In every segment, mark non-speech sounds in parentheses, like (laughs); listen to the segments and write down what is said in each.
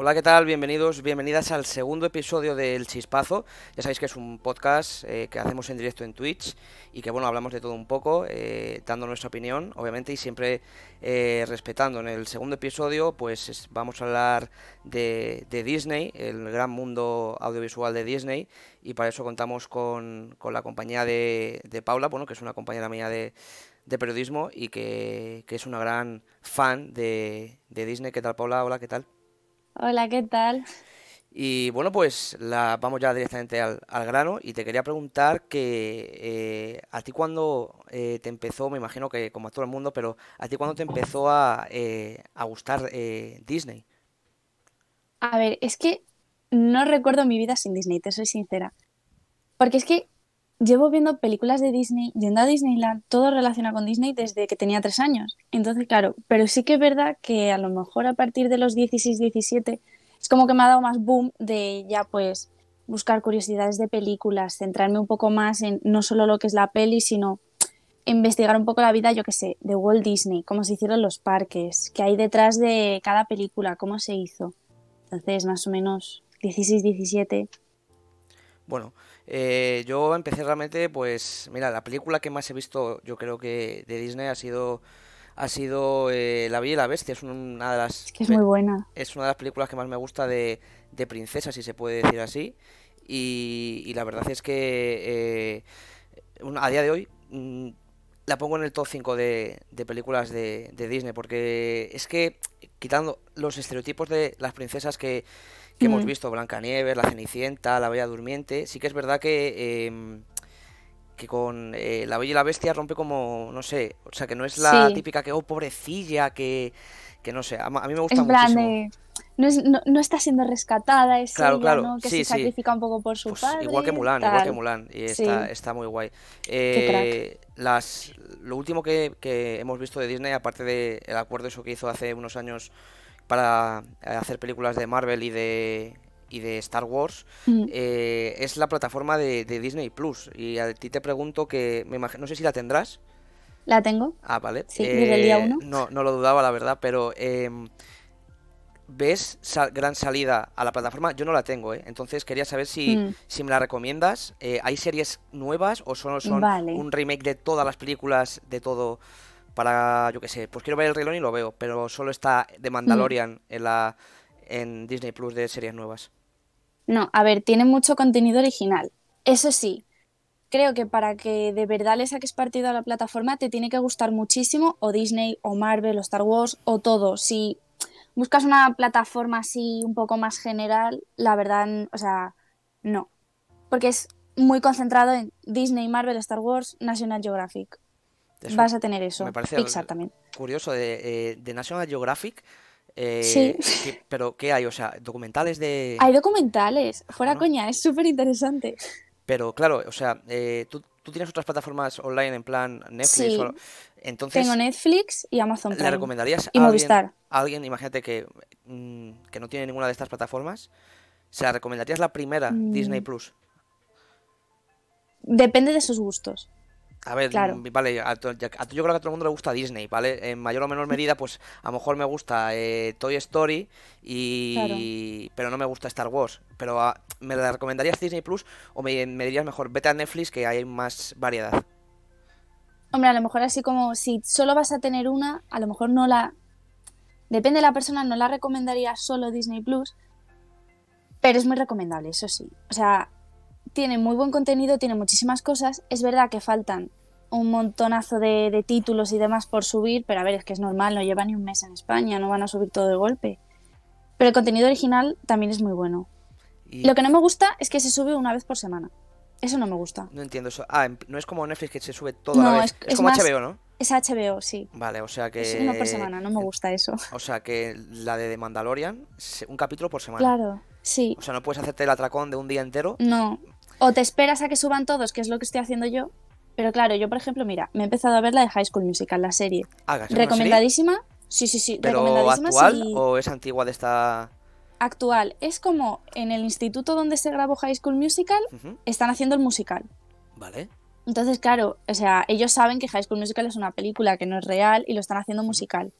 Hola, ¿qué tal? Bienvenidos, bienvenidas al segundo episodio del Chispazo. Ya sabéis que es un podcast eh, que hacemos en directo en Twitch y que, bueno, hablamos de todo un poco, eh, dando nuestra opinión, obviamente, y siempre eh, respetando. En el segundo episodio, pues es- vamos a hablar de, de Disney, el gran mundo audiovisual de Disney, y para eso contamos con, con la compañía de, de Paula, bueno, que es una compañera mía de, de periodismo y que, que es una gran fan de, de Disney. ¿Qué tal, Paula? Hola, ¿qué tal? Hola, ¿qué tal? Y bueno, pues la, vamos ya directamente al, al grano y te quería preguntar que eh, a ti cuando eh, te empezó, me imagino que como a todo el mundo, pero a ti cuando te empezó a, eh, a gustar eh, Disney. A ver, es que no recuerdo mi vida sin Disney, te soy sincera. Porque es que llevo viendo películas de Disney, yendo a Disneyland, todo relacionado con Disney desde que tenía tres años. Entonces, claro, pero sí que es verdad que a lo mejor a partir de los 16, 17, es como que me ha dado más boom de ya pues buscar curiosidades de películas, centrarme un poco más en no solo lo que es la peli, sino investigar un poco la vida, yo qué sé, de Walt Disney, cómo se hicieron los parques, qué hay detrás de cada película, cómo se hizo. Entonces, más o menos 16, 17. Bueno, eh, yo empecé realmente, pues, mira, la película que más he visto, yo creo que de Disney ha sido, ha sido eh, La Bella y la Bestia. Es una de las Es que es muy pe- buena. es una de las películas que más me gusta de, de princesa, si se puede decir así. Y, y la verdad es que eh, un- a día de hoy mm, la pongo en el top 5 de, de películas de, de Disney, porque es que quitando los estereotipos de las princesas que, que hemos Mm. visto, Blancanieves, la Cenicienta, la Bella Durmiente, sí que es verdad que... em, que con eh, La Bella y la Bestia rompe como, no sé, o sea, que no es la Sí, típica que, oh, pobrecilla, que, que no sé, a, ma- a mí me gusta en plan muchísimo. de... No, es- no, no está siendo rescatada, es Claro, ella, claro, ¿no? Que se sí, sí. sacrifica un poco por su Pues igual que padre, Mulan, igual que tal. Mulan, y está, Sí, está muy guay. qué crack. Eh, las, lo último que, que hemos visto de Disney, aparte del acuerdo eso que hizo hace unos años para eh, hacer películas de Marvel y de, y de Star Wars, Mm. eh, es la plataforma de, de Disney Plus. Y a ti te pregunto que, me imagino, no sé si la tendrás. ¿La tengo? Ah, vale. Sí, desde el día Eh, uno. no, no lo dudaba, la verdad, pero em, ¿ves sa- gran salida a la plataforma? Yo no la tengo, ¿eh? Entonces quería saber si, Mm. si me la recomiendas. Eh, ¿hay series nuevas o solo son Vale. un remake de todas las películas, de todo, para, yo qué sé, pues quiero ver El Rey León y lo veo, pero solo está The Mm. Mandalorian en la, en Disney Plus de series nuevas? No, a ver, tiene mucho contenido original. Eso sí, creo que para que de verdad le saques partido a la plataforma te tiene que gustar muchísimo o Disney o Marvel o Star Wars o todo. Si buscas una plataforma así un poco más general, la verdad, n- o sea, no, porque es muy concentrado en Disney, Marvel, Star Wars, National Geographic. Eso Vas a tener me eso. parece Pixar al- también. curioso de, eh, de National Geographic, Sí. eh, que- pero ¿qué hay? O sea, documentales de... Hay documentales, fuera Bueno, coña, es súper interesante. pero claro, o sea, eh, tú, tú tienes otras plataformas online en plan Netflix o... algo- Sí, tengo Entonces, Netflix y Amazon ¿le Prime recomendarías a y alguien, Movistar. a alguien, imagínate que, mm, que no tiene ninguna de estas plataformas? ¿Se la recomendarías la primera, Disney Mm, Plus? Depende de sus gustos, A ver, claro. mm, vale, a to- ya- a to- yo creo que a todo el mundo le gusta Disney, ¿vale? En mayor o menor medida, pues a lo mejor me gusta eh, Toy Story Claro. y... pero no me gusta Star Wars. Pero ah, ¿me la recomendarías Disney Plus o me, me dirías mejor vete a Netflix que hay más variedad? Hombre, a lo mejor así como si solo vas a tener una, a lo mejor no la... Depende de la persona, no la recomendaría solo Disney Plus, pero es muy recomendable, eso sí. O sea, tiene muy buen contenido, tiene muchísimas cosas. Es verdad que faltan un montonazo de, de títulos y demás por subir, pero a ver, es que es normal, no lleva ni un mes en España, no van a subir todo de golpe. Pero el contenido original también es muy bueno. Y Lo que no me gusta es que se sube una vez por semana. Eso no me gusta. no entiendo eso. Ah, en- no es como Netflix que se sube todo a la No, vez. es, Es es como más, HBO, ¿no? es HBO, sí. Vale, o sea Es uno por que... semana, no me en- gusta eso. O sea que la de The Mandalorian, se- un capítulo por semana. Claro, sí, O sea, no puedes hacerte el atracón de un día entero. no. O te esperas a que suban todos, que es lo que estoy haciendo yo. Pero claro, yo, por ejemplo, mira, me he empezado a ver la de High School Musical, la serie. Ah, ¿es una serie? Recomendadísima, sí, sí, sí, ¿Pero recomendadísima actual si o es antigua de esta...? actual. Es como en el instituto donde se grabó High School Musical, Ujú, están haciendo el musical. Vale. Entonces, claro, o sea, ellos saben que High School Musical es una película que no es real y lo están haciendo Ujú. musical.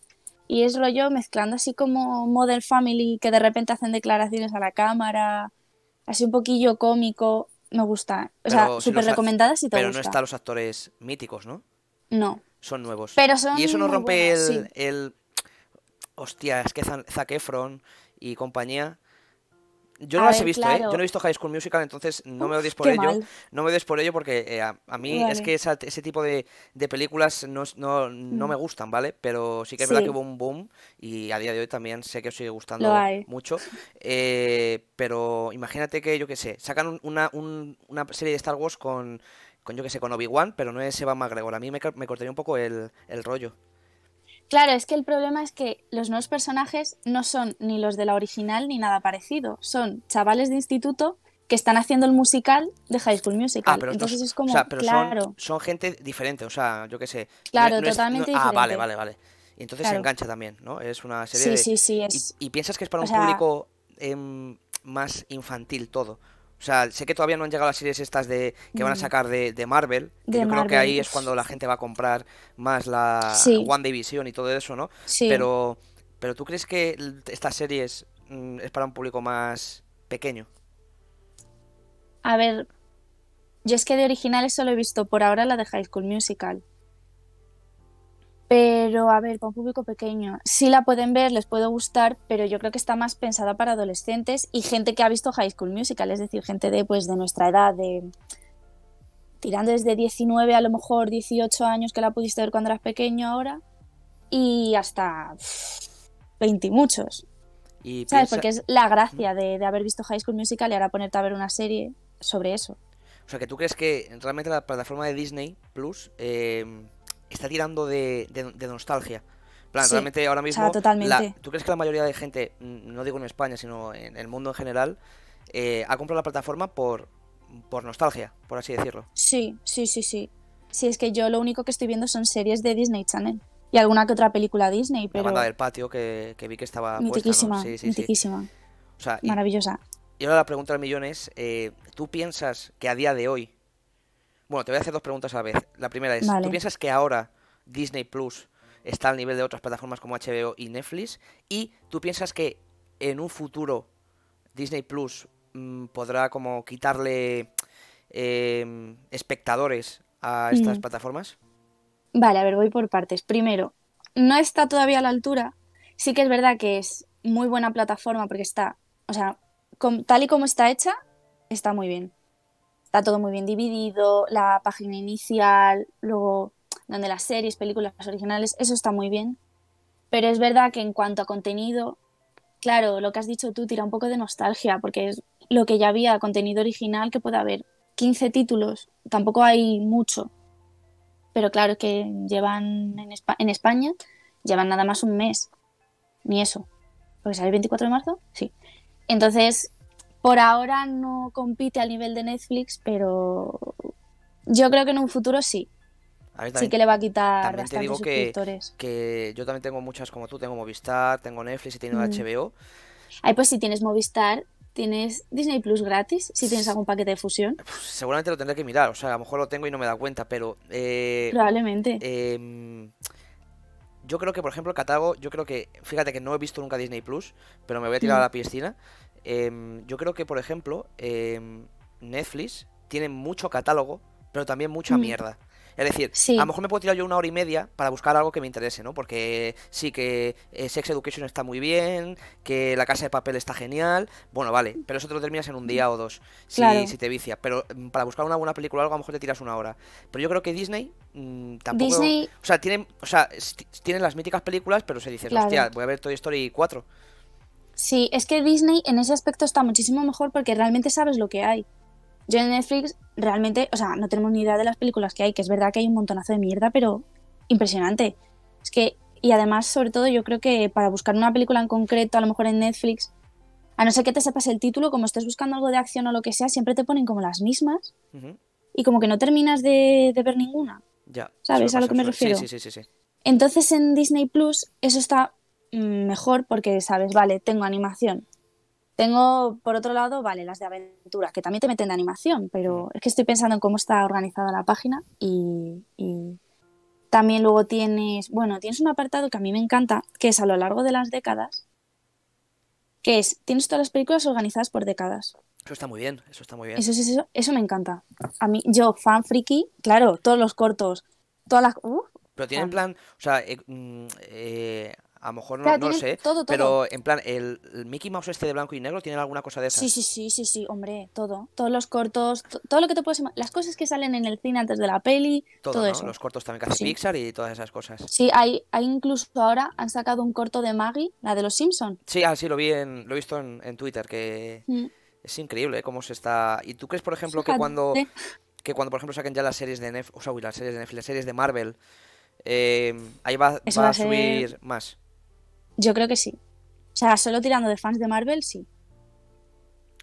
y es rollo mezclando así como Modern Family, que de repente hacen declaraciones a la cámara, así un poquillo cómico, me gusta. O sea, Pero si súper los ha- recomendada si te Pero no gusta. están los actores míticos, ¿no? No, Son nuevos. pero son y eso nos muy rompe buenas, el, sí. el- Hostia, es que Zan- Zac Efron y compañía. Yo no A las he ver, visto, ¿eh? Yo claro. no he visto High School Musical, entonces no me Uf, odies por qué ello. mal. No me odies por ello porque eh, a, a mí es Vale. que esa- ese tipo de, de películas no, es- no, no me Mm. gustan, ¿vale? Pero sí que es verdad que Sí. hubo un boom y a día de hoy también sé que os sigue Lo gustando hay. mucho. Eh, pero imagínate que, yo qué sé, sacan un- una, un- una serie de Star Wars con, con yo qué sé, con Obi-Wan, pero no es Eva McGregor. A mí me, ca- me cortaría un poco el, el rollo. Claro, es que el problema es que los nuevos personajes no son ni los de la original ni nada parecido. Son chavales de instituto que están haciendo el musical de High School Ah, Musical. pero, no, Entonces s- es o sea, como, pero son, claro, son gente diferente, o sea, yo qué sé. no e- claro, no es- no- totalmente ah, vale, diferente. vale, vale. Y entonces se Claro. engancha también, ¿no? Es una serie Sí, de... sí, sí, ¿Y, es. y piensas que es para O un sea, público em, más infantil todo? O sea, sé que todavía no han llegado las series estas de que van a mm, sacar de, de Marvel, que de yo creo que Marvel. ahí es uf. cuando la gente va a comprar más la Sí, WandaVision y todo eso, ¿no? sí. Pero, pero ¿tú crees que l- estas series mm, es para un público más pequeño? A ver, yo es que de originales solo he visto por ahora la de High School Musical. Pero, a ver, para un público pequeño, sí la pueden ver, les puede gustar, pero yo creo que está más pensada para adolescentes y gente que ha visto High School Musical, es decir, gente de, pues, de nuestra edad, de, tirando desde 19, a lo mejor 18 años que la pudiste ver cuando eras pequeño ahora, y hasta pff, 20 y muchos, Y ¿sabes? piensa... Porque es la ¿Mm? gracia de, de haber visto High School Musical y ahora ponerte a ver una serie sobre eso. O sea, que tú crees que realmente la plataforma de Disney Plus eh, está tirando de, de- de nostalgia. En plan, Sí, realmente ahora o sea, mismo, la, totalmente. ¿tú crees que la mayoría de gente, mm, no digo en España, sino en el mundo en general, eh, ha comprado la plataforma por, por nostalgia, por así decirlo? Sí, sí, sí, sí. Sí, es que yo lo único que estoy viendo son series de Disney Channel y alguna que otra película Disney, La banda pero del patio que, que vi que estaba puesta, ¿no? mitiquísima, Sí, sí, sí. mitiquísima, O sea, y, maravillosa. y ahora la pregunta del millón es, eh, ¿tú piensas que a día de hoy... Bueno, te voy a hacer dos preguntas a la vez. La primera es, ¿tú Vale. piensas que ahora Disney Plus está al nivel de otras plataformas como HBO y Netflix? ¿Y tú piensas que en un futuro Disney Plus mm, podrá como quitarle em, espectadores a estas Mm. plataformas? Vale, a ver, voy por partes. Primero, no está todavía a la altura. Sí que es verdad que es muy buena plataforma porque está, o sea, com- tal y como está hecha, está muy bien. Está todo muy bien dividido, la página inicial, luego donde las series, películas originales, eso está muy bien. Pero es verdad que en cuanto a contenido, Claro, lo que has dicho tú tira un poco de nostalgia, porque es lo que ya había, contenido original, que puede haber 15 títulos, tampoco hay mucho, pero claro es que llevan en, Espa- en España, llevan nada más un mes, ni eso, porque sale el 24 de marzo, sí. Entonces, por ahora no compite al nivel de Netflix, pero yo creo que en un futuro sí, A ver, sí también, que le va a quitar también te bastantes digo que, suscriptores. que yo también tengo muchas como tú, tengo Movistar, tengo Netflix y tengo Mm. HBO. Ahí pues si tienes Movistar, tienes Disney Plus gratis, si tienes S- algún paquete de fusión. pf, Seguramente lo tendré que mirar, o sea, a lo mejor lo tengo y no me da cuenta, pero... eh, Probablemente. em, Yo creo que, por ejemplo, el catálogo, yo creo que, fíjate que no he visto nunca Disney Plus, pero me voy a tirar a Mm, la piscina. Em, yo creo que, por ejemplo, em, Netflix tiene mucho catálogo, pero también mucha mm. mierda. Es decir, a lo Sí, mejor me puedo tirar yo una hora y media para buscar algo que me interese, ¿no? Porque sí que eh, Sex Education está muy bien, que La Casa de Papel está genial, bueno, vale, pero eso te lo terminas en un día o dos, si, Mm. claro. si te vicia. Pero mm, para buscar una buena película o algo, a lo mejor te tiras una hora. Pero yo creo que Disney mm, tampoco. Disney, O sea, tienen, o sea, es- ti- tienen las míticas películas, pero se dices, hostia, claro. voy a ver Toy Story 4. Sí, es que Disney en ese aspecto está muchísimo mejor porque realmente sabes lo que hay. Yo en Netflix realmente, o sea, no tenemos ni idea de las películas que hay, que es verdad que hay un montonazo de mierda, pero impresionante. Es que, y además, sobre todo, yo creo que para buscar una película en concreto, a lo mejor en Netflix, a no ser que te sepas el título, como estés buscando algo de acción o lo que sea, siempre te ponen como las mismas Ujú. y como que no terminas de, de ver ninguna. Ya, suele ¿Sabes a lo que pasar, me suele... Sí, sí, sí, refiero? sí, sí. Entonces en Disney Plus eso está mm, mejor porque sabes, vale, tengo animación. Tengo, por otro lado, vale, las de aventura, que también te meten de animación, Ujú. pero es que estoy pensando en cómo está organizada la página y, y, También luego tienes, bueno, tienes un apartado que a mí me encanta, que es a lo largo de las décadas, que es, tienes todas las películas organizadas por décadas. Eso está muy bien, eso está muy bien. Eso, eso, eso, eso me encanta. A mí, yo, fan friki, claro, todos los cortos, todas las... ¡Uf! Pero tienen Ah. plan, o sea, eh, mm, eh, a lo mejor no, Claro, no lo tienen sé, todo, todo. pero en plan, el, el Mickey Mouse este de blanco y negro tiene alguna cosa de esas. Sí, sí, sí, sí, sí, hombre, todo. Todos los cortos, to- todo lo que te puedes ima- Las cosas que salen en el cine antes de la peli, todo, todo, ¿no? eso. Los cortos también que hace Sí. Pixar y todas esas cosas. Sí, hay, hay incluso ahora han sacado un corto de Maggie, la de los Simpson. Sí, ah, sí, lo vi en, lo he visto en, en Twitter, que Mm, es increíble ¿eh? cómo se está... ¿Y tú crees, por ejemplo, que fíjate. cuando, que cuando, por ejemplo, saquen ya las series de Netflix, o sea, uy, las series de Netflix, las series de Marvel, eh, ahí va, Eso va va a a ser- subir más? Yo creo que sí. O sea, solo tirando de fans de Marvel, sí.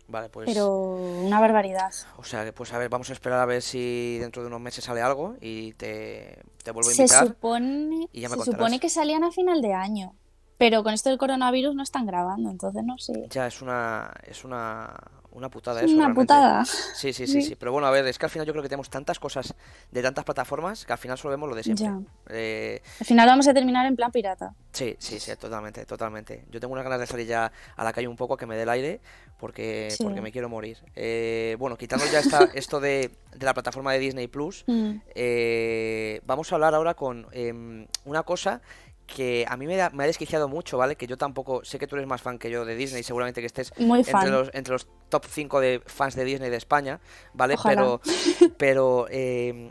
Vale, pues... Pero una barbaridad. O sea, que, pues a ver, vamos a esperar a ver si dentro de unos meses sale algo y te, te vuelvo a Se invitar. supone, y ya me se contarás. supone que salían a final de año. Pero con esto del coronavirus no están grabando, entonces no sé. Ya, es una, es una, una putada Es eso, una realmente. putada. Sí, sí, sí, Sí. sí. Pero bueno, a ver, es que al final yo creo que tenemos tantas cosas de tantas plataformas que al final solo vemos lo de siempre. Ya. Eh, Al final vamos a terminar en plan pirata. sí, sí, sí, totalmente, totalmente. Yo tengo unas ganas de salir ya a la calle un poco, a que me dé el aire, porque, Sí. porque me quiero morir. Eh, bueno, quitando ya esta, esto de, de la plataforma de Disney Plus, Mm. eh, vamos a hablar ahora con em, una cosa que a mí me, da- me ha desquiciado mucho, ¿vale? Que yo tampoco, sé que tú eres más fan que yo de Disney, seguramente que estés Muy entre fan. los, entre los top 5 de fans de Disney de España, ¿vale? (laughs) Ojalá. Pero, pero eh,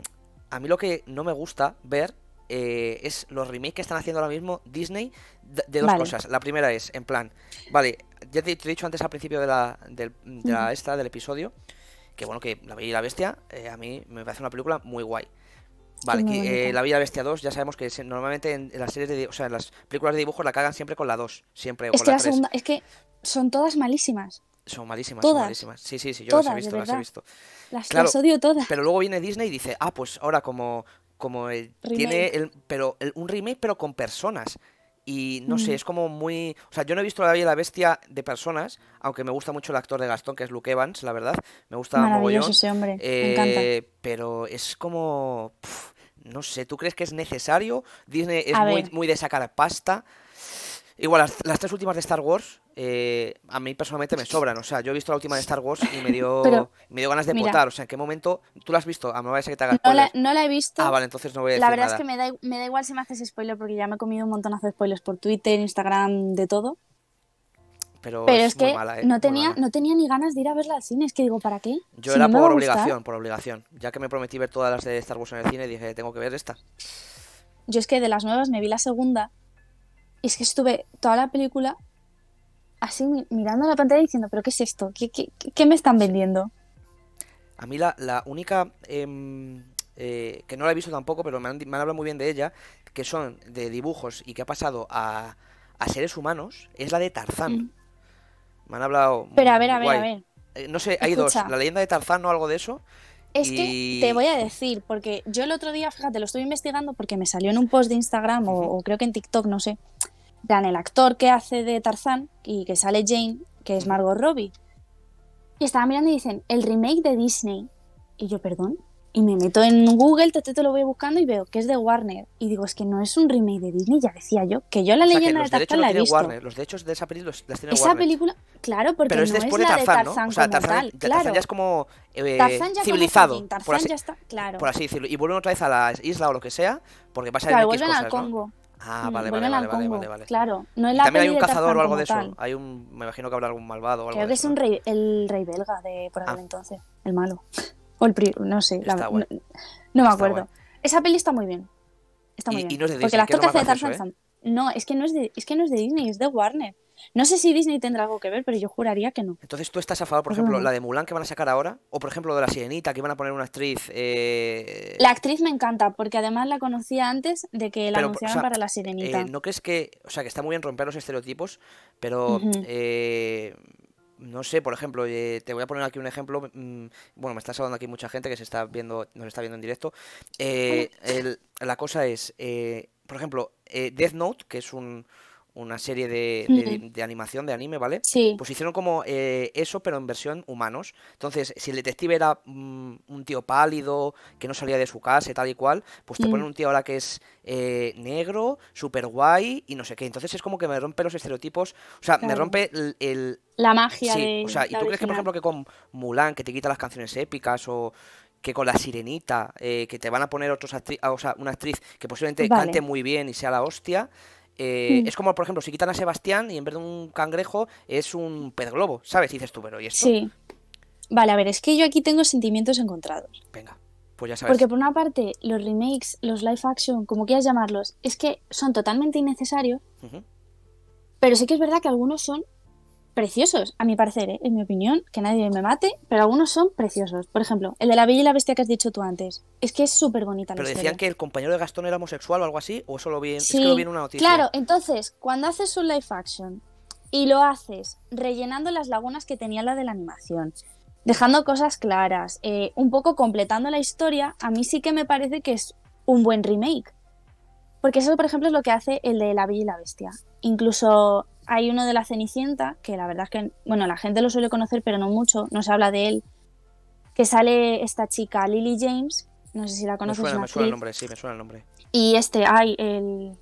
a mí lo que no me gusta ver eh, es los remakes que están haciendo ahora mismo Disney de, de dos Vale. cosas. La primera es, en plan, vale, ya te, te he dicho antes al principio de la, del, de la esta, del episodio, que bueno, que La Bella y la Bestia, eh, a mí me parece una película muy guay. Vale, muy que, eh, bonita. La Bella y la Bestia 2 ya sabemos que se- normalmente en, en las series de, di- o sea, en las películas de dibujos la cagan siempre con la 2, siempre o Es con que la la 3. segunda, es que son todas malísimas. Son malísimas, son Todas. malísimas. Sí, sí, sí, yo las Todas, he de visto, las he verdad. visto. Las, Claro. las odio todas. Pero luego viene Disney y dice, ah, pues ahora como, como eh, tiene Remake. el, pero el- un remake pero con personas. Y no sé, Mm. es como muy... O sea, yo no he visto La Bella y la Bestia de personas, aunque me gusta mucho el actor de Gastón, que es Luke Evans, la verdad. Me gusta Maravilloso mogollón. ese hombre. Me encanta. Eh, pero es como... pf, no sé, ¿tú crees que es necesario? Disney es A muy, ver. muy de sacar pasta. Igual, las, las tres últimas de Star Wars, eh, a mí personalmente me sobran. O sea, yo he visto la última de Star Wars y me dio, (laughs) Pero, me dio ganas de mira. votar. O sea, ¿en qué momento tú la has visto? A me va a que te haga No la, spoilers. no la he visto. pues Ah, vale, entonces no voy a decir la verdad nada. es que me da, i- me da igual si me haces spoiler porque ya me he comido un montonazo de spoilers por Twitter, Instagram, de todo. Pero, Pero es, es, muy que mala, ¿eh? no, muy tenía, mala. no tenía ni ganas de ir a verla al cine. Es que digo, ¿para qué? Yo Si era no me va por a gustar. obligación, por obligación. Ya que me prometí ver todas las de Star Wars en el cine, dije, tengo que ver esta. Yo es que de las nuevas me vi la segunda y es que estuve toda la película así mi- mirando la pantalla diciendo, ¿pero qué es esto? ¿Qué, qué, qué- qué me están vendiendo? A mí la, la única em, eh, que no la he visto tampoco, pero me han, di- me han hablado muy bien de ella, que son de dibujos y que ha pasado a, a seres humanos, es la de Tarzán. Mm. Me han hablado Pero a muy ver, a ver, guay. a ver. Eh, no sé, hay dos, Escucha. la leyenda de Tarzán o algo de eso. Es Y- que te voy a decir, porque yo el otro día, fíjate, lo estuve investigando porque me salió en un post de Instagram o, Ujú. o creo que en TikTok, no sé. En plan, el actor que hace de Tarzán y que sale Jane, que es Ujú. Margot Robbie. Y estaba mirando y dicen, el remake de Disney. Y yo, perdón. Y me meto en Google, te, te- te lo voy buscando y veo que es de Warner. Y digo, es que no es un remake de Disney, ya decía yo, que yo la O sea, que leyenda los de derechos Tarzán los la he tiene visto. Warner, los derechos de esa película los, las tiene Esa Warner. película, claro, porque Pero es no después es de la Tarzán, de ¿no? Tarzán O sea, como Tarzán, tal, ya- Tarzán claro. ya es como eh, Tarzán ya civilizado, como Tarzán, por Tarzán así, ya está, claro. por así decirlo. Y vuelven otra vez a la isla o lo que sea, porque pasa Claro, X vuelven cosas, al ¿no? Congo. Ah, vale, Mm, vale, vuelven vale, al vale, Congo, vale, vale. claro. No es Y la también hay un peli de Tarzán cazador o algo como de eso. tal. Hay un, me imagino que habrá algún malvado o algo Creo de que eso, es un ¿no? Ah. rey, el rey belga de por aquel entonces, el malo. (laughs) O el pri- no sé, la- Está no, guay. no me Está acuerdo. Esa peli está muy bien. Está Y- muy y bien. no es de Porque Disney, la que es lo más toca de Tarzán. gracioso, Sam- No, es que no es de, es que no es de Disney, es de Warner. No sé si Disney tendrá algo que ver, pero yo juraría que no. Entonces, ¿tú estás a favor, por Pues ejemplo, bueno. la de Mulan que van a sacar ahora? O, por ejemplo, de la Sirenita, que van a poner una actriz. eh, La actriz me encanta, porque además la conocía antes de que la Pero, o anunciaran sea, para la eh, sirenita. ¿no crees que, o sea, que está muy bien romper los estereotipos, pero Ujú. eh, no sé, por ejemplo, eh, te voy a poner aquí un ejemplo, mm, bueno, me está saludando aquí mucha gente que se está viendo, nos está viendo en directo. Eh, el- la cosa es, eh, por ejemplo, eh, Death Note, que es un, una serie de, de- de animación, de anime, ¿vale? Sí, Pues hicieron como eh, eso, pero en versión humanos. Entonces, si el detective era mm, un tío pálido, que no salía de su casa y tal y cual, pues te Mm. ponen un tío ahora que es eh, negro, súper guay y no sé qué. Entonces es como que me rompe los estereotipos. O sea, me Claro. rompe el... el- la magia sí, de o sea, ¿y la tú crees que, por original. ejemplo, que con Mulan, que te quita las canciones épicas o... que con la sirenita, eh, que te van a poner otros actri- ah, o sea, una actriz que posiblemente Vale. cante muy bien y sea la hostia, eh, Mm. es como, por ejemplo, si quitan a Sebastián y en vez de un cangrejo es un pez globo, ¿sabes? Y dices tú, pero ¿y esto? Sí. Vale, a ver, es que yo aquí tengo sentimientos encontrados. Venga, pues ya sabes. Porque por una parte, los remakes, los live action, como quieras llamarlos, es que son totalmente innecesarios, Ujú. pero sí que es verdad que algunos son preciosos, a mi parecer, ¿eh? en mi opinión, que nadie me mate, pero algunos son preciosos. Por ejemplo, el de la Bella y la Bestia que has dicho tú antes. Es que es súper bonita la Pero historia. decían que el compañero de Gastón era homosexual o algo así, o eso lo vi en, es que lo vi en una noticia. Claro, entonces, cuando haces un live action y lo haces rellenando las lagunas que tenía la de la animación, dejando cosas claras, eh, un poco completando la historia, a mí sí que me parece que es un buen remake. Porque eso, por ejemplo, es lo que hace el de La Bella y la Bestia. Incluso hay uno de La Cenicienta, que la verdad es que, bueno, la gente lo suele conocer, pero no mucho, no se habla de él, que sale esta chica, Lily James, no sé si la me conoces, suena, una me suena el actriz. nombre, sí, me suena el nombre. Y este, ay, el.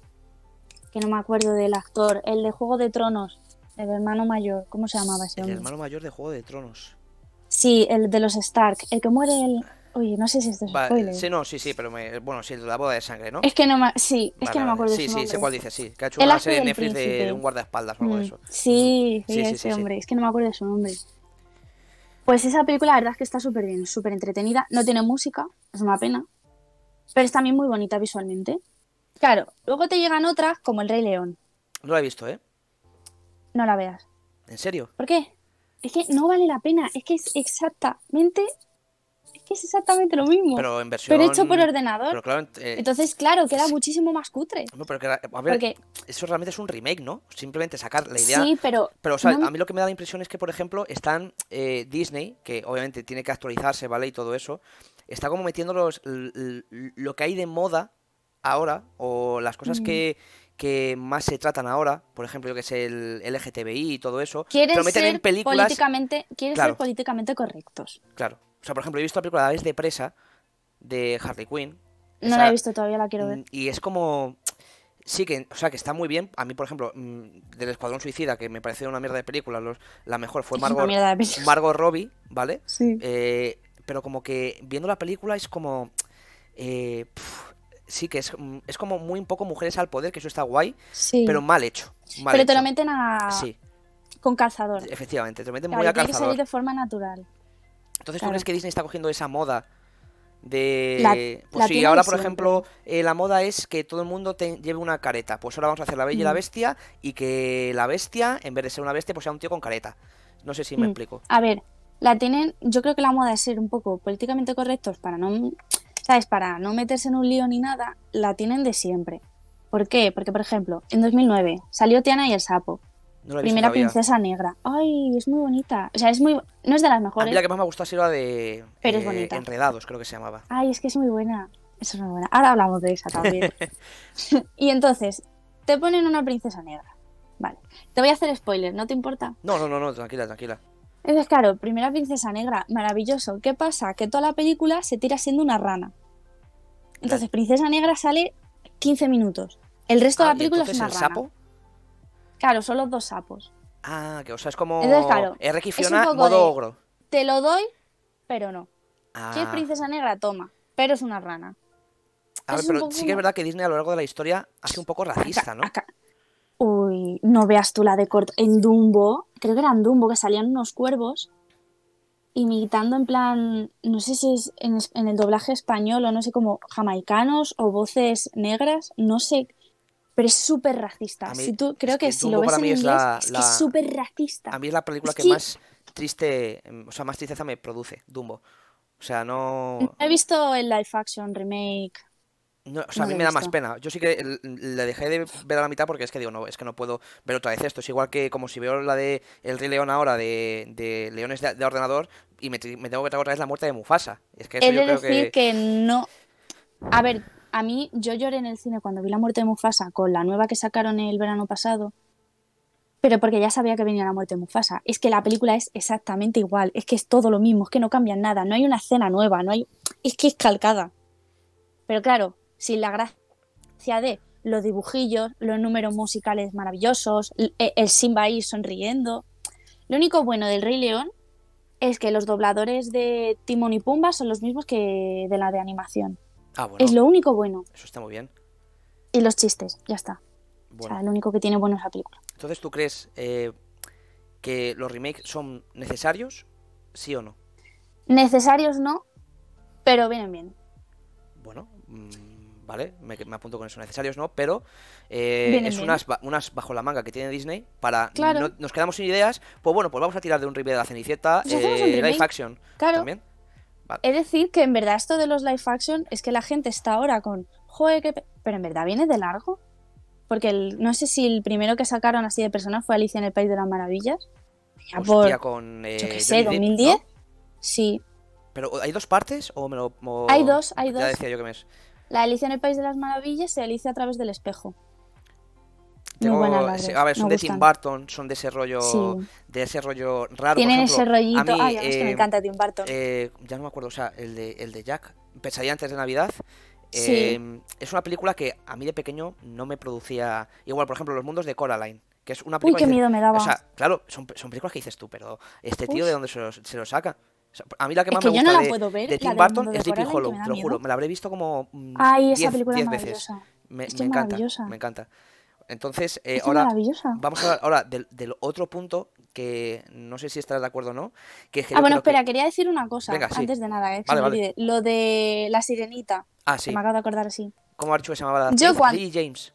que no me acuerdo del actor, el de Juego de Tronos, el hermano mayor, ¿cómo se llamaba ese El hombre? hermano mayor de Juego de Tronos. Sí, el de los Stark, el que muere el. Oye, no sé si esto es Va, eh, spoiler. sí, no, sí, sí, pero me- bueno, sí, la boda de sangre, ¿no? Es que no me. Sí, es Vale, que no me vale. acuerdo Sí, de sí, su sé nombre. cuál dice, sí. Que ha hecho El una ángel serie de del Netflix de, príncipe. un guardaespaldas o algo de Mm, eso. Sí, Sí, sí, sí, ese sí, sí. hombre, es que no me acuerdo de su nombre. Pues esa película, la verdad es que está súper bien, súper entretenida. No tiene música, es una pena. Pero es también muy bonita visualmente. Claro, luego te llegan otras como El Rey León. No la he visto, ¿eh? No la veas. ¿En serio? ¿Por qué? Es que no vale la pena, es que es exactamente, es que es exactamente lo mismo, pero, Pero en versión... hecho por ordenador. Pero claro, ent- eh, Entonces, claro, queda sí. muchísimo más cutre. no, pero que la- a ver, Porque eso realmente es un remake, ¿no? Simplemente sacar la idea... sí, pero Pero, o sea, no me- a mí lo que me da la impresión es que, por ejemplo, están eh, Disney, que obviamente tiene que actualizarse, ¿vale? Y todo eso, está como metiendo los, l- l- lo que hay de moda ahora, o las cosas Mm. que, que más se tratan ahora, por ejemplo, yo que sé, el LGTBI y todo eso, quieren pero meten ser en películas... políticamente, quieren Claro. ser políticamente correctos. Claro. O sea, por ejemplo, he visto la película La vez de presa de Harley Quinn. No Esa- la he visto todavía, la quiero ver. Mm, Y es como. Sí, que, o sea, que está muy bien. A mí, por ejemplo, mm, del Escuadrón Suicida, que me pareció una mierda de película, los- la mejor fue Es (laughs) una Margot, mierda de película. Margot Robbie, ¿vale? Sí. Eh, pero como que viendo la película es como. eh, pf, sí, que es, mm, es como muy un poco mujeres al poder, que eso está guay, Sí. pero mal hecho. mal Pero te lo hecho. meten a... Sí, con calzador. efectivamente, te lo meten Claro, muy a tiene que salir calzador. de forma natural. Entonces, ¿tú claro. crees que Disney está cogiendo esa moda? De. La- pues la si tiene ahora, de por ejemplo, eh, la moda es que todo el mundo te- lleve una careta. Pues ahora vamos a hacer la bella y la Mm. bestia y que la bestia, en vez de ser una bestia, pues sea un tío con careta. No sé si me Mm. explico. A ver, la tienen, yo creo que la moda es ser un poco políticamente correctos para no, ¿sabes? Para no meterse en un lío ni nada, la tienen de siempre. ¿Por qué? Porque, por ejemplo, en 2009 salió Tiana y el sapo, No la he visto primera todavía. princesa negra. Ay, es muy bonita. O sea, es muy, no es de las A mejores. mí la que más me gustó ha sido la de. Pero es eh, bonita. Enredados, creo que se llamaba. Ay, es que es muy buena. Eso es muy buena. Ahora hablamos de esa también. (laughs) (laughs) y entonces, te ponen una princesa negra. Vale. Te voy a hacer spoiler, ¿no te importa? No, no, no, no, tranquila, tranquila. Entonces, claro, primera princesa negra, maravilloso. ¿Qué pasa? Que toda la película se tira siendo una rana. Entonces, princesa negra sale 15 minutos. El resto Ah, de la y película es entonces una el rana. sapo. Claro, son los dos sapos. Ah, que o sea, es como. Entonces, claro, R.K. un Fiona, poco modo de- ogro. Te lo doy, pero no. ¿Quieres Ah. princesa negra? Toma. Pero es una rana. A ver, es un pero poco sí que es una- verdad que Disney a lo largo de la historia ha sido un poco racista, ¿no? Acá- Uy, no veas tú la de corto. En Dumbo, creo que era en Dumbo, que salían unos cuervos imitando en plan, no sé si es en, es- en el doblaje español o no sé, como jamaicanos o voces negras, no sé. Pero es súper racista. A mí- si tú, es creo que que, si Dumbo lo ves para en mí es inglés, la- es que la- es súper racista. A mí es la película Es que que- más triste, mm, o sea, más tristeza me produce, Dumbo. O sea, no, No he visto el live action remake. no- o sea, a no mí lo he me da más visto. pena. Yo sí que l- le dejé de ver a la mitad porque es que digo, no, es que no puedo ver otra vez esto. Es igual que como si veo la de El Rey León ahora de, de Leones de, de ordenador y me, tri- me tengo que traer otra vez la muerte de Mufasa. Es que eso He yo de creo decir que, que... no. A ver, a mí yo lloré en el cine cuando vi la muerte de Mufasa con la nueva que sacaron el verano pasado. pero porque ya sabía que venía la muerte de Mufasa. Es que la película es exactamente igual, es que es todo lo mismo, es que no cambian nada, no hay una escena nueva, no hay. Es que es calcada. Pero claro, sin la gracia de los dibujillos, los números musicales maravillosos, el, el Simba ahí sonriendo. Lo único bueno del Rey León es que los dobladores de Timón y Pumba son los mismos que de la de animación. Ah, bueno. Es lo único bueno. Eso está muy bien. Y los chistes, ya está. Bueno. O sea, lo único que tiene bueno es la película. Entonces, ¿tú crees eh, que los remakes son necesarios? ¿Sí o no? Necesarios no, pero vienen bien. Bueno, mm, vale, me, me apunto con eso. Necesarios no, pero eh, Vienen es bien. unas, ba- unas bajo la manga que tiene Disney para. Claro. no- nos quedamos sin ideas. Pues bueno, pues vamos a tirar de un remake de la Cenicienta. Pues hacemos un eh, live remake. action. Claro. También. Es decir, que en verdad esto de los live action es que la gente está ahora con, joder, qué pe-". pero en verdad viene de largo. Porque el- no sé si el primero que sacaron así de personas fue Alicia en el País de las Maravillas. Ya Hostia, por, con. eh, yo qué Johnny sé, Depp, 2010. ¿no? Sí, ¿Pero hay dos partes o me lo.? o- Hay dos, hay Ya dos. decía yo que me es. la de Alicia en el País de las Maravillas y Alicia a través del espejo. Tengo- Muy buena se- a ver, son de Tim Burton, son de ese rollo, Sí. de ese rollo raro. por Tienen ejemplo, ese a rollito. mí, Ay, a mí es que me eh, encanta Tim Burton. eh, ya no me acuerdo, o sea, el de, el de Jack, Pesadilla antes de Navidad. Sí. eh, es una película que a mí de pequeño no me producía. Igual, por ejemplo, Los Mundos de Coraline, que es una Uy, película. qué que dices- miedo me daba. O sea, claro, son, son películas que dices tú, pero este tío Uf. de dónde se lo, se lo saca. O sea, a mí la que Es más que me yo gusta no la de, puedo ver, de la Tim del Burton mundo de es Sleepy Coraline, que Hollow, me da te lo juro. miedo. Me la habré visto como. mm, Ay, esa 10 película 10 es veces. Eh, maravillosa. Me, Es que me es encanta, maravillosa. me encanta. Entonces, eh, Es que es ahora maravillosa. vamos a hablar ahora del, del otro punto que no sé si estarás de acuerdo o no. Que es que Ah, yo bueno, creo que- espera, quería decir una cosa Venga, sí. antes de nada, eh, que Vale, se me vale. olvide. Lo de la sirenita, Ah, que sí. me acabo de acordar así. ¿Cómo ha dicho que se llamaba la Yo actriz? cuan- Lily James.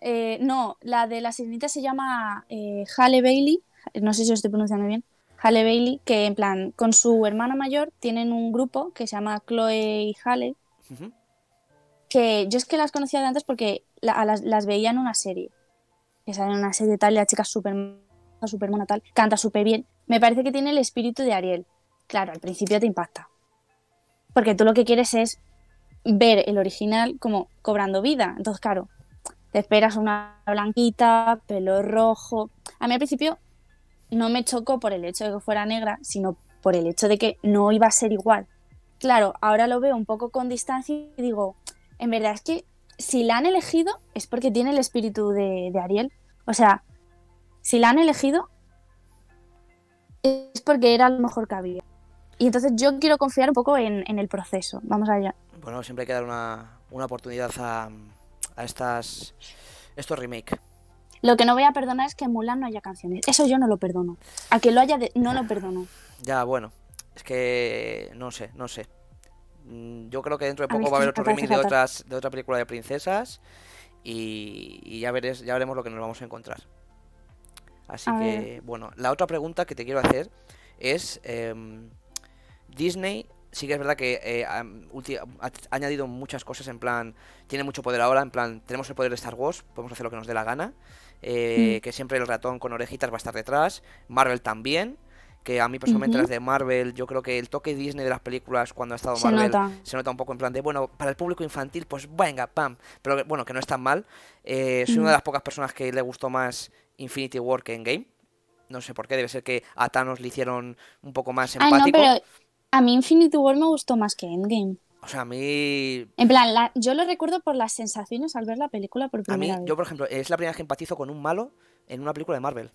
Eh, no, la de la sirenita se llama eh, Halle Bailey, no sé si lo estoy pronunciando bien. Halle Bailey, que en plan, con su hermana mayor tienen un grupo que se llama Chloe y Halle, Ujú. que yo es que las conocía de antes porque la- a las, las veía en una serie. Que sale en una serie tal y la chica es súper super mona tal, canta súper bien. Me parece que tiene el espíritu de Ariel. Claro, al principio te impacta. Porque tú lo que quieres es ver el original como cobrando vida. Entonces, claro, te esperas una blanquita, pelo rojo. A mí al principio no me chocó por el hecho de que fuera negra, sino por el hecho de que no iba a ser igual. Claro, ahora lo veo un poco con distancia y digo, en verdad es que si la han elegido es porque tiene el espíritu de, de Ariel. O sea, si la han elegido es porque era lo mejor que había. Y entonces yo quiero confiar un poco en, en el proceso. Vamos allá. Bueno, siempre hay que dar una, una oportunidad a, a estas estos remake. Lo que no voy a perdonar es que en Mulan no haya canciones. Eso yo no lo perdono. A que lo haya, de- no Ah, lo perdono. Ya, bueno. Es que no sé, no sé. Mm, Yo creo que dentro de A mí poco es va a que haber me otro parece remake de fatal. otras de otra película de princesas y, y ya veres, ya veremos lo que nos vamos a encontrar. Así A que, bueno, la otra pregunta que te quiero hacer es em, Disney sí que es verdad que eh, ha, ulti- ha añadido muchas cosas en plan tiene mucho poder ahora en plan tenemos el poder de Star Wars podemos hacer lo que nos dé la gana eh, Mm. que siempre el ratón con orejitas va a estar detrás Marvel también que a mí personalmente Ujú. las de Marvel yo creo que el toque Disney de las películas cuando ha estado Se Marvel nota. se nota un poco en plan de bueno para el público infantil pues venga pam pero que- bueno que no es tan mal Eh, soy una de Mm. las pocas personas que le gustó más Infinity War que Endgame no sé por qué debe ser que a Thanos le hicieron un poco más Ah, empático no, pero a mí Infinity War me gustó más que Endgame. o sea, a mí. En plan, la- yo lo recuerdo por las sensaciones al ver la película por A mí, primera vez. yo por ejemplo, es la primera vez que empatizo con un malo en una película de Marvel.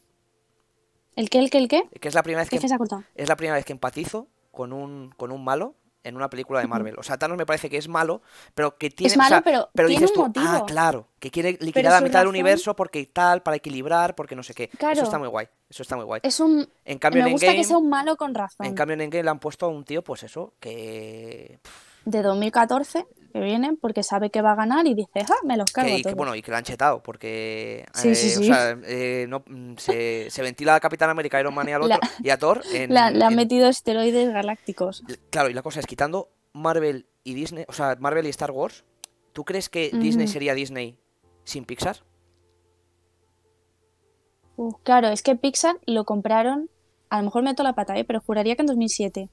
¿El qué, el qué, el qué? Que es la primera vez que, Es que se ha cortado. es la primera vez que empatizo con un, con un malo en una película de Marvel. O sea, Thanos me parece que es malo, pero que tiene. es malo, o sea, pero, tiene dices un tú, motivo. ah, claro, que quiere liquidar su la mitad del razón- universo porque tal, para equilibrar, porque no sé qué. Eso Claro. está muy guay. Eso está muy guay. Es un, En cambio, me en gusta Endgame. que sea un malo con razón. En cambio, en Endgame le han puesto a un tío, pues eso, que. De 2014 que viene porque sabe que va a ganar y dice, ah, me los cargo que, a y que, todos". bueno, y que la han chetado, porque Sí, sí, eh, o sí. sea, eh, no, mm, se, se ventila a Capitán América, Iron Man y, al (laughs) La- otro, y a Thor. En, La- le han en- metido esteroides galácticos. Claro, y la cosa es, quitando Marvel y Disney, o sea, Marvel y Star Wars, ¿tú crees que Disney Ujú. sería Disney sin Pixar? Uh, claro, es que Pixar lo compraron, a lo mejor meto la pata, ¿eh? pero juraría que en 2007.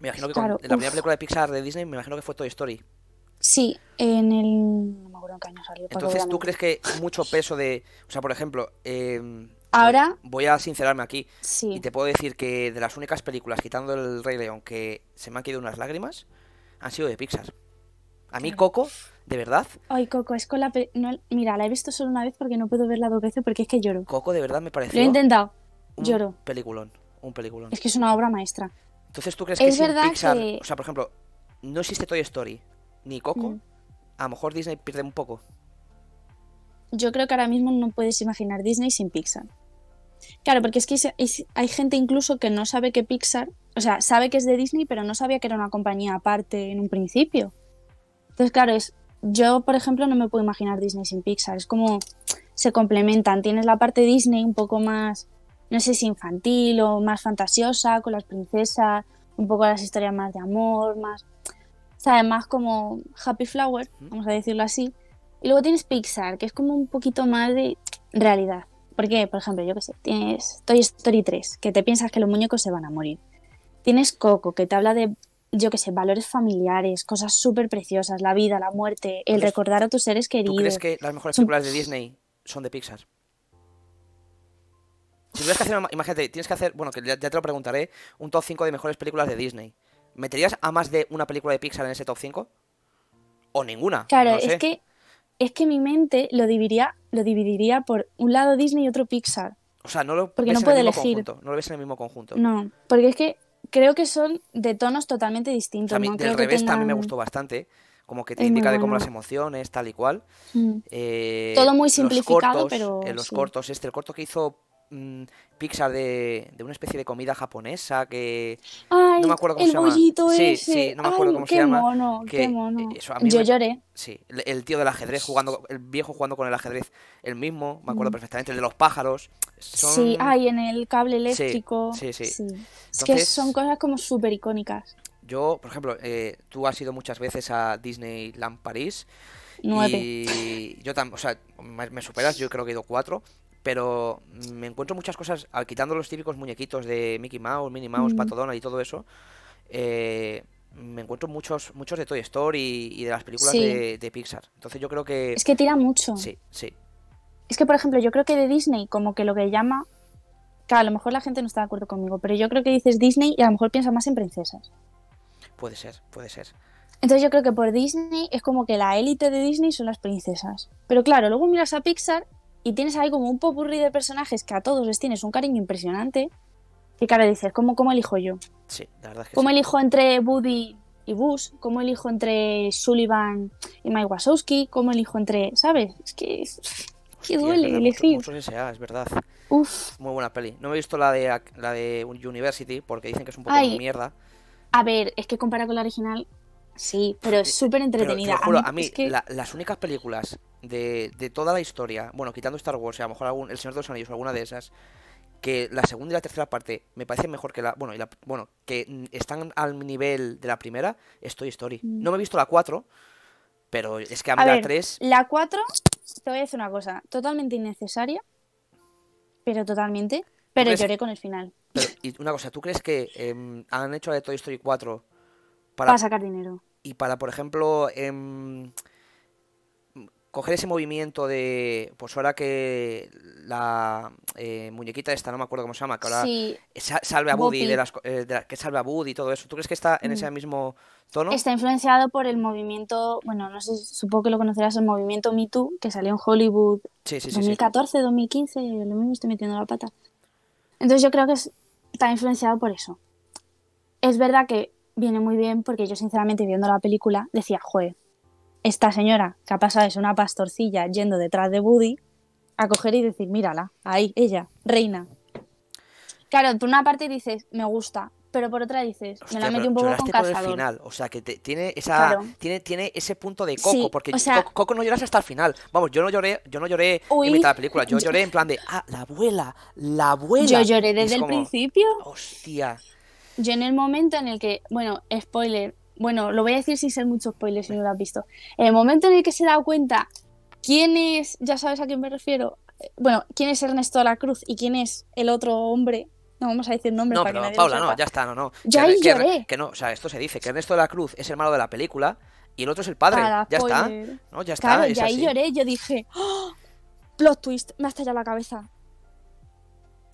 Me imagino que con- Claro, la primera uf. película de Pixar de Disney, me imagino que fue Toy Story. Sí, en el... No me acuerdo en qué año salió. Paco Entonces, ¿tú Blanco. crees que mucho peso de... O sea, por ejemplo, eh, Ahora, voy a sincerarme aquí. sí. Y te puedo decir que de las únicas películas, quitando el Rey León, que se me han caído unas lágrimas, han sido de Pixar. A mí Coco, de verdad, Ay, Coco, es con la... pe- no- mira, la he visto solo una vez porque no puedo verla dos veces porque es que lloro. Coco de verdad me Lo he pareció intentado. un lloro. peliculón, un peliculón. Es que es una obra maestra. Entonces, ¿tú crees Es que sin verdad Pixar, que- o sea, por ejemplo, no existe Toy Story ni Coco, Mm. a lo mejor Disney pierde un poco? Yo creo que ahora mismo no puedes imaginar Disney sin Pixar. Claro, porque es que es- es- hay gente incluso que no sabe que Pixar, o sea, sabe que es de Disney, pero no sabía que era una compañía aparte en un principio. Entonces, claro, es, yo, por ejemplo, no me puedo imaginar Disney sin Pixar. Es como se complementan. Tienes la parte Disney un poco más, no sé si infantil o más fantasiosa, con las princesas, un poco las historias más de amor, más... O sea, además como Happy Flower, vamos a decirlo así. Y luego tienes Pixar, que es como un poquito más de realidad. Porque, por ejemplo, yo qué sé, tienes Toy Story 3, que te piensas que los muñecos se van a morir. Tienes Coco, que te habla de, yo qué sé, valores familiares, cosas súper preciosas, la vida, la muerte, el Entonces, recordar a tus seres ¿Tú queridos. crees que las mejores Son- películas de Disney son de Pixar? Si tuvieras que hacer, una- imagínate, tienes que hacer, bueno, que ya, ya te lo preguntaré, un top 5 de mejores películas de Disney. ¿Meterías a más de una película de Pixar en ese top 5? ¿O ninguna? Claro, No es sé. que es que mi mente lo dividiría, lo dividiría por un lado Disney y otro Pixar. O sea, no lo porque ves no en puede el mismo elegir. conjunto. No lo ves en el mismo conjunto. No, porque es que creo que son de tonos totalmente O distintos. sea, a mí no del creo que revés también me tengan- gustó bastante. Como que te Es muy indica de cómo bueno. las emociones, tal y cual. Mm. Eh, Todo muy los simplificado, cortos, pero eh, los sí. cortos, este, el corto que hizo mm, Pixar de, de una especie de comida japonesa que. Ay, me acuerdo cómo el se llama. bollito Sí, ese. sí, no me acuerdo Ay, cómo se qué llama, Mono, que, qué mono. eh, eso a mí Yo me- lloré. Sí, el, el tío del ajedrez jugando, el viejo jugando con el ajedrez, el mismo, me acuerdo Mm. perfectamente, el de los pájaros. Son... Sí, ay, en el cable eléctrico. sí, sí. Es que Entonces- son cosas como súper icónicas. Yo, por ejemplo, eh, tú has ido muchas veces a Disneyland París Nueve. y yo también, o sea, me, me superas, yo creo que he ido cuatro, pero me encuentro muchas cosas, al quitando los típicos muñequitos de Mickey Mouse, Minnie Mouse, Mm. Pato Donald y todo eso, eh, me encuentro muchos, muchos de Toy Story y, y de las películas Sí. de, de Pixar. Entonces yo creo que... Es que tira mucho. Sí, sí. Es que, por ejemplo, yo creo que de Disney, como que lo que llama. Claro, a lo mejor la gente no está de acuerdo conmigo, pero yo creo que dices Disney y a lo mejor piensa más en princesas. Puede ser, puede ser. Entonces yo creo que por Disney es como que la élite de Disney son las princesas. Pero claro, luego miras a Pixar y tienes ahí como un popurrí de personajes que a todos les tienes un cariño impresionante. Y claro, dices, ¿cómo, cómo elijo yo? Sí, la verdad es que ¿Cómo sí. elijo entre Woody y Buzz? ¿Cómo elijo entre Sullivan y Mike Wazowski? ¿Cómo elijo entre, sabes? Es que, Hostia, es duele verdad, elegir. Muchos, muchos S.A., es verdad. uff, Muy buena peli. No me he visto la de ac- la de un- University porque dicen que es un poco Ay, de mierda. a ver, es que compara con la original, sí, pero es súper Pero te lo entretenida. juro, a mí es que- la- las únicas películas de, de toda la historia, bueno, quitando Star Wars y a lo mejor algún, El Señor de los Anillos o alguna de esas, que la segunda y la tercera parte me parecen mejor que la, bueno, y la, bueno, que mm, están al nivel de la primera, es Toy Story. Mm. No me he visto la 4, pero es que a mí A la ver, 3 La 4, te voy a decir una cosa, totalmente innecesaria, pero totalmente. Pero crees- lloré con el final, Pero, y una cosa, ¿tú crees que em, han hecho la de Toy Story 4 para, para sacar dinero. y para, por ejemplo, em, coger ese movimiento de, pues ahora que la eh, muñequita esta, no me acuerdo cómo se llama, que ahora Sí, sa- salve a Woody, Whoopi. de las, co- eh, de la- que salve a Woody y todo eso, ¿tú crees que está en ese Mm. mismo tono? está influenciado por el movimiento, bueno, no sé, supongo que lo conocerás, el movimiento Me Too, que salió en Hollywood Sí, sí, sí, sí. 2014, 2015, lo mismo estoy metiendo la pata. Entonces yo creo que es- está influenciado por eso. Es verdad que viene muy bien porque yo sinceramente viendo la película decía, joder, esta señora que ha pasado es una pastorcilla yendo detrás de Woody a coger y decir, mírala, ahí, ella, reina. Claro, por una parte dices, me gusta, pero por otra dices, Hostia, me la pero metí un poco con lloraste con el calzador. final, o sea que te- tiene esa Claro. tiene, tiene ese punto de Sí, coco, porque o yo- sea- Co- coco no lloras hasta el final. Vamos, yo no lloré, yo no lloré Uy. en mitad de la película, yo (laughs) Yo- lloré en plan de ah, la abuela, la abuela. Yo Y lloré es desde el como, principio. Hostia. Yo en el momento en el que, bueno, spoiler, bueno, lo voy a decir sin ser mucho spoiler si no lo has visto. En el momento en el que se da cuenta quién es, ya sabes a quién me refiero, eh, bueno, quién es Ernesto de la Cruz y quién es el otro hombre, no vamos a decir nombres No, para que pero nadie lo Paula, no, sepa. ya está, no, no. Yo Que- ahí que- lloré. Que no, o sea, esto se dice, que Ernesto de la Cruz es el malo de la película Y el otro es el padre. Para ya spoiler. está. No, ya está. Claro, es y ahí así. lloré, yo dije, ¡Oh! plot twist, me ha estallado la cabeza.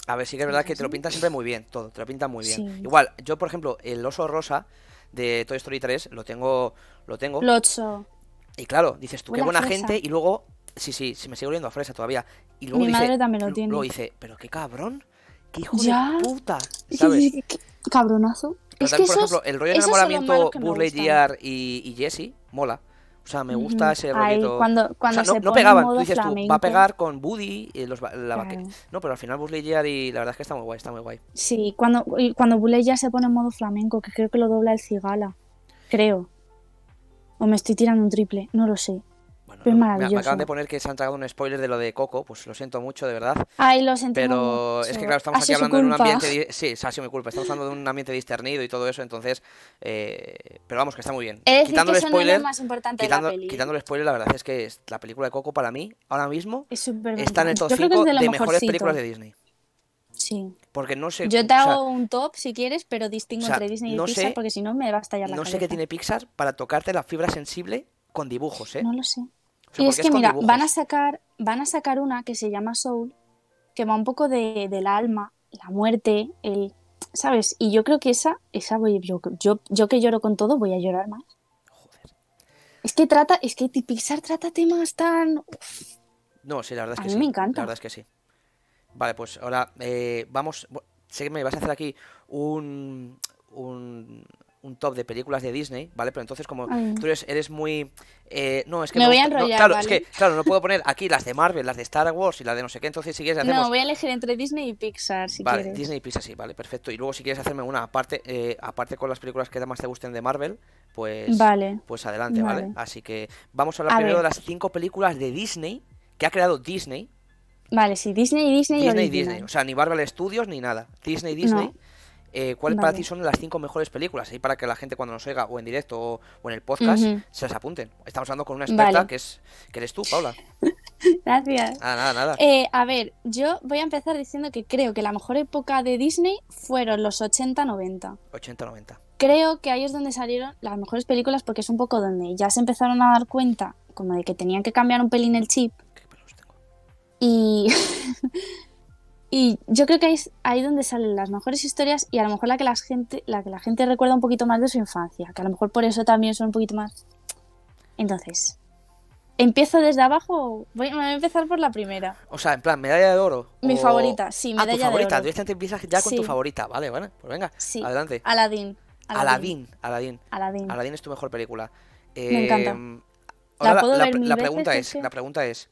A ver, sí que es verdad que te lo Ujú. pinta siempre muy bien, todo, te lo pinta muy bien. Sí. Igual, yo por ejemplo, el oso rosa de Toy Story 3, lo tengo, lo tengo. Plocho. Y claro, dices tú, qué Huele a buena fresa. gente, y luego, sí, sí, se me sigue oliendo a fresa todavía. Y luego Mi dice- madre también lo lu- tiene. Luego (laughs) dice, pero qué cabrón, qué hijo Ya. de puta, Sí, ¿sabes? sí, sí, qué Cabronazo. Pero es que también, por esos, ejemplo, el rollo de esos son los enamoramiento malos que me Buzz gustan. Lightyear y, y Jessie, mola. O sea, me gusta Ujú. ese Ahí, rollito. cuando, O sea, cuando no, no se pone pegaban, tú modo dices tú, va a flamenco. pegar con Woody y los, va- la vaque- Claro. No, pero al final Buzz Lightyear y la verdad es que está muy guay, está muy guay. Sí, cuando, y cuando Bullet ya se pone en modo flamenco, que creo que lo dobla el cigala. Creo. O me estoy tirando un triple, no lo sé. Bueno, Pero es me- me, Pues maravilloso. acaban de poner que se han tragado un spoiler de lo de Coco, pues lo siento mucho, de verdad. Ay, lo sentimos Pero es mucho. que, claro, estamos Ha aquí sido su hablando en un culpa. ambiente. di- Sí, se ha sido mi culpa. Estamos hablando de un ambiente discernido y todo eso, entonces. eh, pero vamos, que está muy bien. Es decir, quitando que el eso no es spoiler, lo más importante quitando, de la peli. quitando el spoiler, la verdad es que es- la película de Coco para mí, ahora mismo, Es súper está en el top Yo creo que 5 es de, de lo mejores mejorcito. películas de Disney. Sí. Porque no sé. Yo te o sea, hago un top si quieres, pero distingo o sea, entre Disney y no Pixar sé- porque si no me va a estallar la no sé qué cabeza. tiene Pixar para tocarte la fibra sensible con dibujos, ¿eh? No lo sé. O sea, y porque es que con mira, van a dibujos. sacar, van a sacar una que se llama Soul, que va un poco de, del alma, la muerte, el, ¿sabes? Y yo creo que esa, esa voy yo, yo, yo que lloro con todo, voy a llorar más. Joder. Es que trata, es que Pixar trata temas tan. No, sí, la verdad es A que mí sí. me La encanta. verdad es que sí. Vale, pues ahora eh, vamos. bu- Sé que me vas a hacer aquí un, un, un top de películas de Disney, ¿vale? Pero entonces, como Ay. tú eres, eres muy. eh, no, es que. Me voy a gusta- no, enrollar, claro, ¿vale? es que, claro, no puedo poner aquí las de Marvel, las de Star Wars y las de no sé qué. Entonces, si quieres, hacemos. No, voy a elegir entre Disney y Pixar, si vale, quieres. Disney y Pixar, sí, vale, perfecto. Y luego, si quieres hacerme una aparte, eh, aparte con las películas que más te gusten de Marvel, pues. Vale. Pues adelante, ¿vale? Vale. Así que vamos a hablar A primero ver. de las cinco películas de Disney que ha creado Disney. Vale, sí, Disney y Disney, y Disney, original. Disney. O sea, ni Marvel Studios ni nada. Disney, Disney. No. Eh, ¿Cuáles para Vale. ti son las cinco mejores películas? Ahí para que la gente cuando nos oiga o en directo o, o en el podcast Ujú. se las apunten. Estamos hablando con una experta Vale. que es que eres tú, Paula. Gracias. Ah, nada, nada. Eh, a ver, yo voy a empezar diciendo que creo que la mejor época de Disney fueron los 80-90. 80-90. Creo que ahí es donde salieron las mejores películas porque es un poco donde ya se empezaron a dar cuenta como de que tenían que cambiar un pelín el chip Qué pelos tengo. y, (laughs) y yo creo que ahí es ahí donde salen las mejores historias y a lo mejor la que, la gente, la que la gente recuerda un poquito más de su infancia, que a lo mejor por eso también son un poquito más... Entonces, ¿empiezo desde abajo? Voy, me voy a empezar por la primera. O sea, en plan, medalla de oro. Mi o- favorita, sí, Ah, tu medalla de favorita. oro. Directamente empiezas ya con tu Sí. favorita. Vale, vale. Pues venga, Sí. adelante. Aladdin. Aladín, Aladín. Aladdin. Aladdin es tu mejor película. Me encanta. Em, ahora puedo ver pre- mil veces, pregunta es es, que- la pregunta es,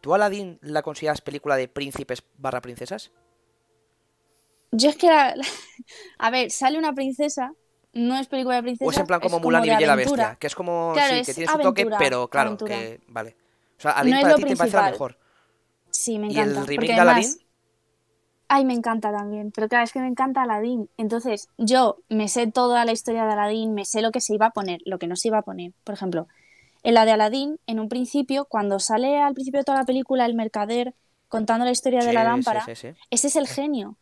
¿tú Aladdin la consideras película de príncipes barra princesas? Yo es que la- (laughs) la- A ver, sale una princesa, no es película de princesa. ¿O es en plan es como Mulan y de Bella la aventura. Bestia? Que es como, Claro, sí, que es tienes un toque, aventura, pero claro, aventura. que, vale. O sea, Aladdin No es para lo ti te parece la principal. mejor. Sí, me ¿Y encanta. el remake porque de Aladdin? además- Ay, me encanta también. Pero claro, es que me encanta Aladdin. Entonces, yo me sé toda la historia de Aladdin, me sé lo que se iba a poner, lo que no se iba a poner. Por ejemplo, en la de Aladdin, en un principio, cuando sale al principio de toda la película el mercader contando la historia de Sí, la sí, lámpara, sí, sí. ese es el genio.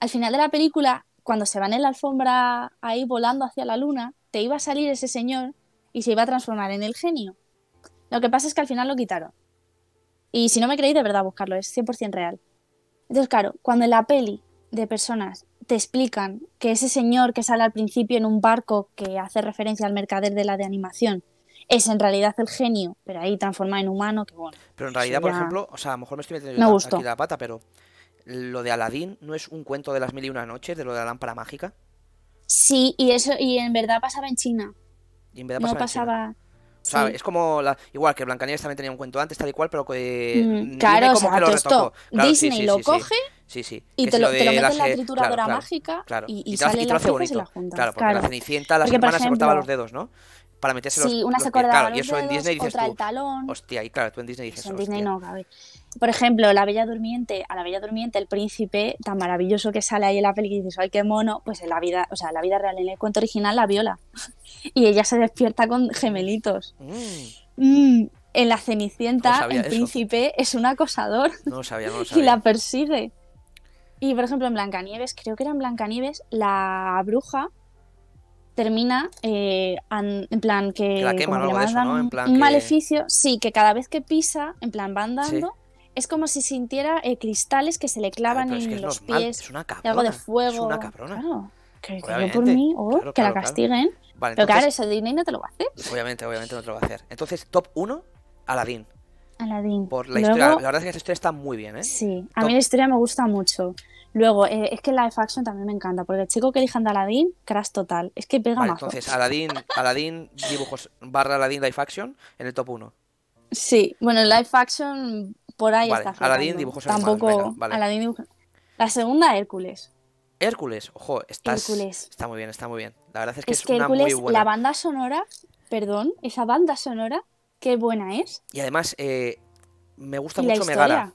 Al final de la película, cuando se van en la alfombra ahí volando hacia la luna, te iba a salir ese señor y se iba a transformar en el genio. Lo que pasa es que al final lo quitaron. Y si no me creéis, de verdad, buscarlo, es 100% real. Entonces, claro, cuando en la peli de personas te explican que ese señor que sale al principio en un barco que hace referencia al mercader de la de animación es en realidad el genio, pero ahí transformado en humano, que bueno. Pero en realidad, por ya- ejemplo, o sea, a lo mejor me estoy metiendo yo Me ta- gustó. aquí la pata, pero lo de Aladdin no es un cuento de las mil y una noches, de lo de la lámpara mágica. Sí, y eso, y en verdad pasaba en China. Y en verdad No pasaba en China. pasaba. O sea, sí. es como la, igual que Blancanieves también tenía un cuento antes, tal y cual, pero que Mm, mm, Disney claro, o como sea, que lo todo esto, retocó. Claro, sí, Disney sí, lo sí, sí. coge Sí, sí. y Que te si lo, te lo de mete las- en la eh, trituradora claro, claro, mágica claro. y, Y y te lo hace- salen y te lo las hace piezas y bonito. las juntas. Claro, porque la Cenicienta, las Porque, por hermanas se cortaban los ejemplo, dedos, ¿no? Para meterse los, Sí, una los se pies. acordaba Claro, y los eso en dedos, Disney dices otra tú, el talón. hostia, y claro, tú en Disney dices, Eso en Disney hostia. no cabe. Por ejemplo, La Bella Durmiente, a La Bella Durmiente, el príncipe tan maravilloso que sale ahí en la peli y dices, ay, qué mono, pues en la vida, o sea, en la vida real, en el cuento original la viola. (laughs) y ella se despierta con gemelitos. Mm, Mm, en La Cenicienta, No sabía el eso. príncipe es un acosador no lo sabía, no lo (laughs) y sabía. la persigue. Y por ejemplo, en Blancanieves, creo que era en Blancanieves, la bruja termina eh, an- en plan que, Que la queman o como que le algo de eso, mandan ¿no? En un- plan un que- maleficio, sí, que cada vez que pisa, en plan va Sí. andando, es como si sintiera eh, cristales que se le Claro, clavan pero es en que es los normal, pies, es una y algo cabrona. de fuego. Es una cabrona. Claro, que, que yo por Obviamente, mí, oh, claro, que claro, claro. la castiguen. Vale, Pero claro, entonces, eso Disney no te lo va a hacer. obviamente, obviamente no te lo va a hacer. Entonces, top 1, Aladdin. Aladdin. Por la Luego, historia. La verdad es que esta historia está muy bien, ¿eh? Sí, a Top. mí la historia me gusta mucho. Luego, eh, es que la live action también me encanta, porque el chico que elijan de Aladdin, crash total. Es que pega Vale, mazo. entonces, Aladdin, Aladdin, dibujos barra Aladdin Life Action en el top 1. Sí, bueno, live action por ahí Vale, está flotando. Aladdin, dibujos animados, Tampoco venga, vale. Aladdin dibujos- La segunda, Hércules. Hércules, ojo, estás, Hércules. está muy bien, está muy bien. La verdad es que Es es, que una Hércules, muy la buena. banda sonora, perdón, esa banda sonora, qué buena es. Y además, eh, me gusta y la mucho historia. Megara.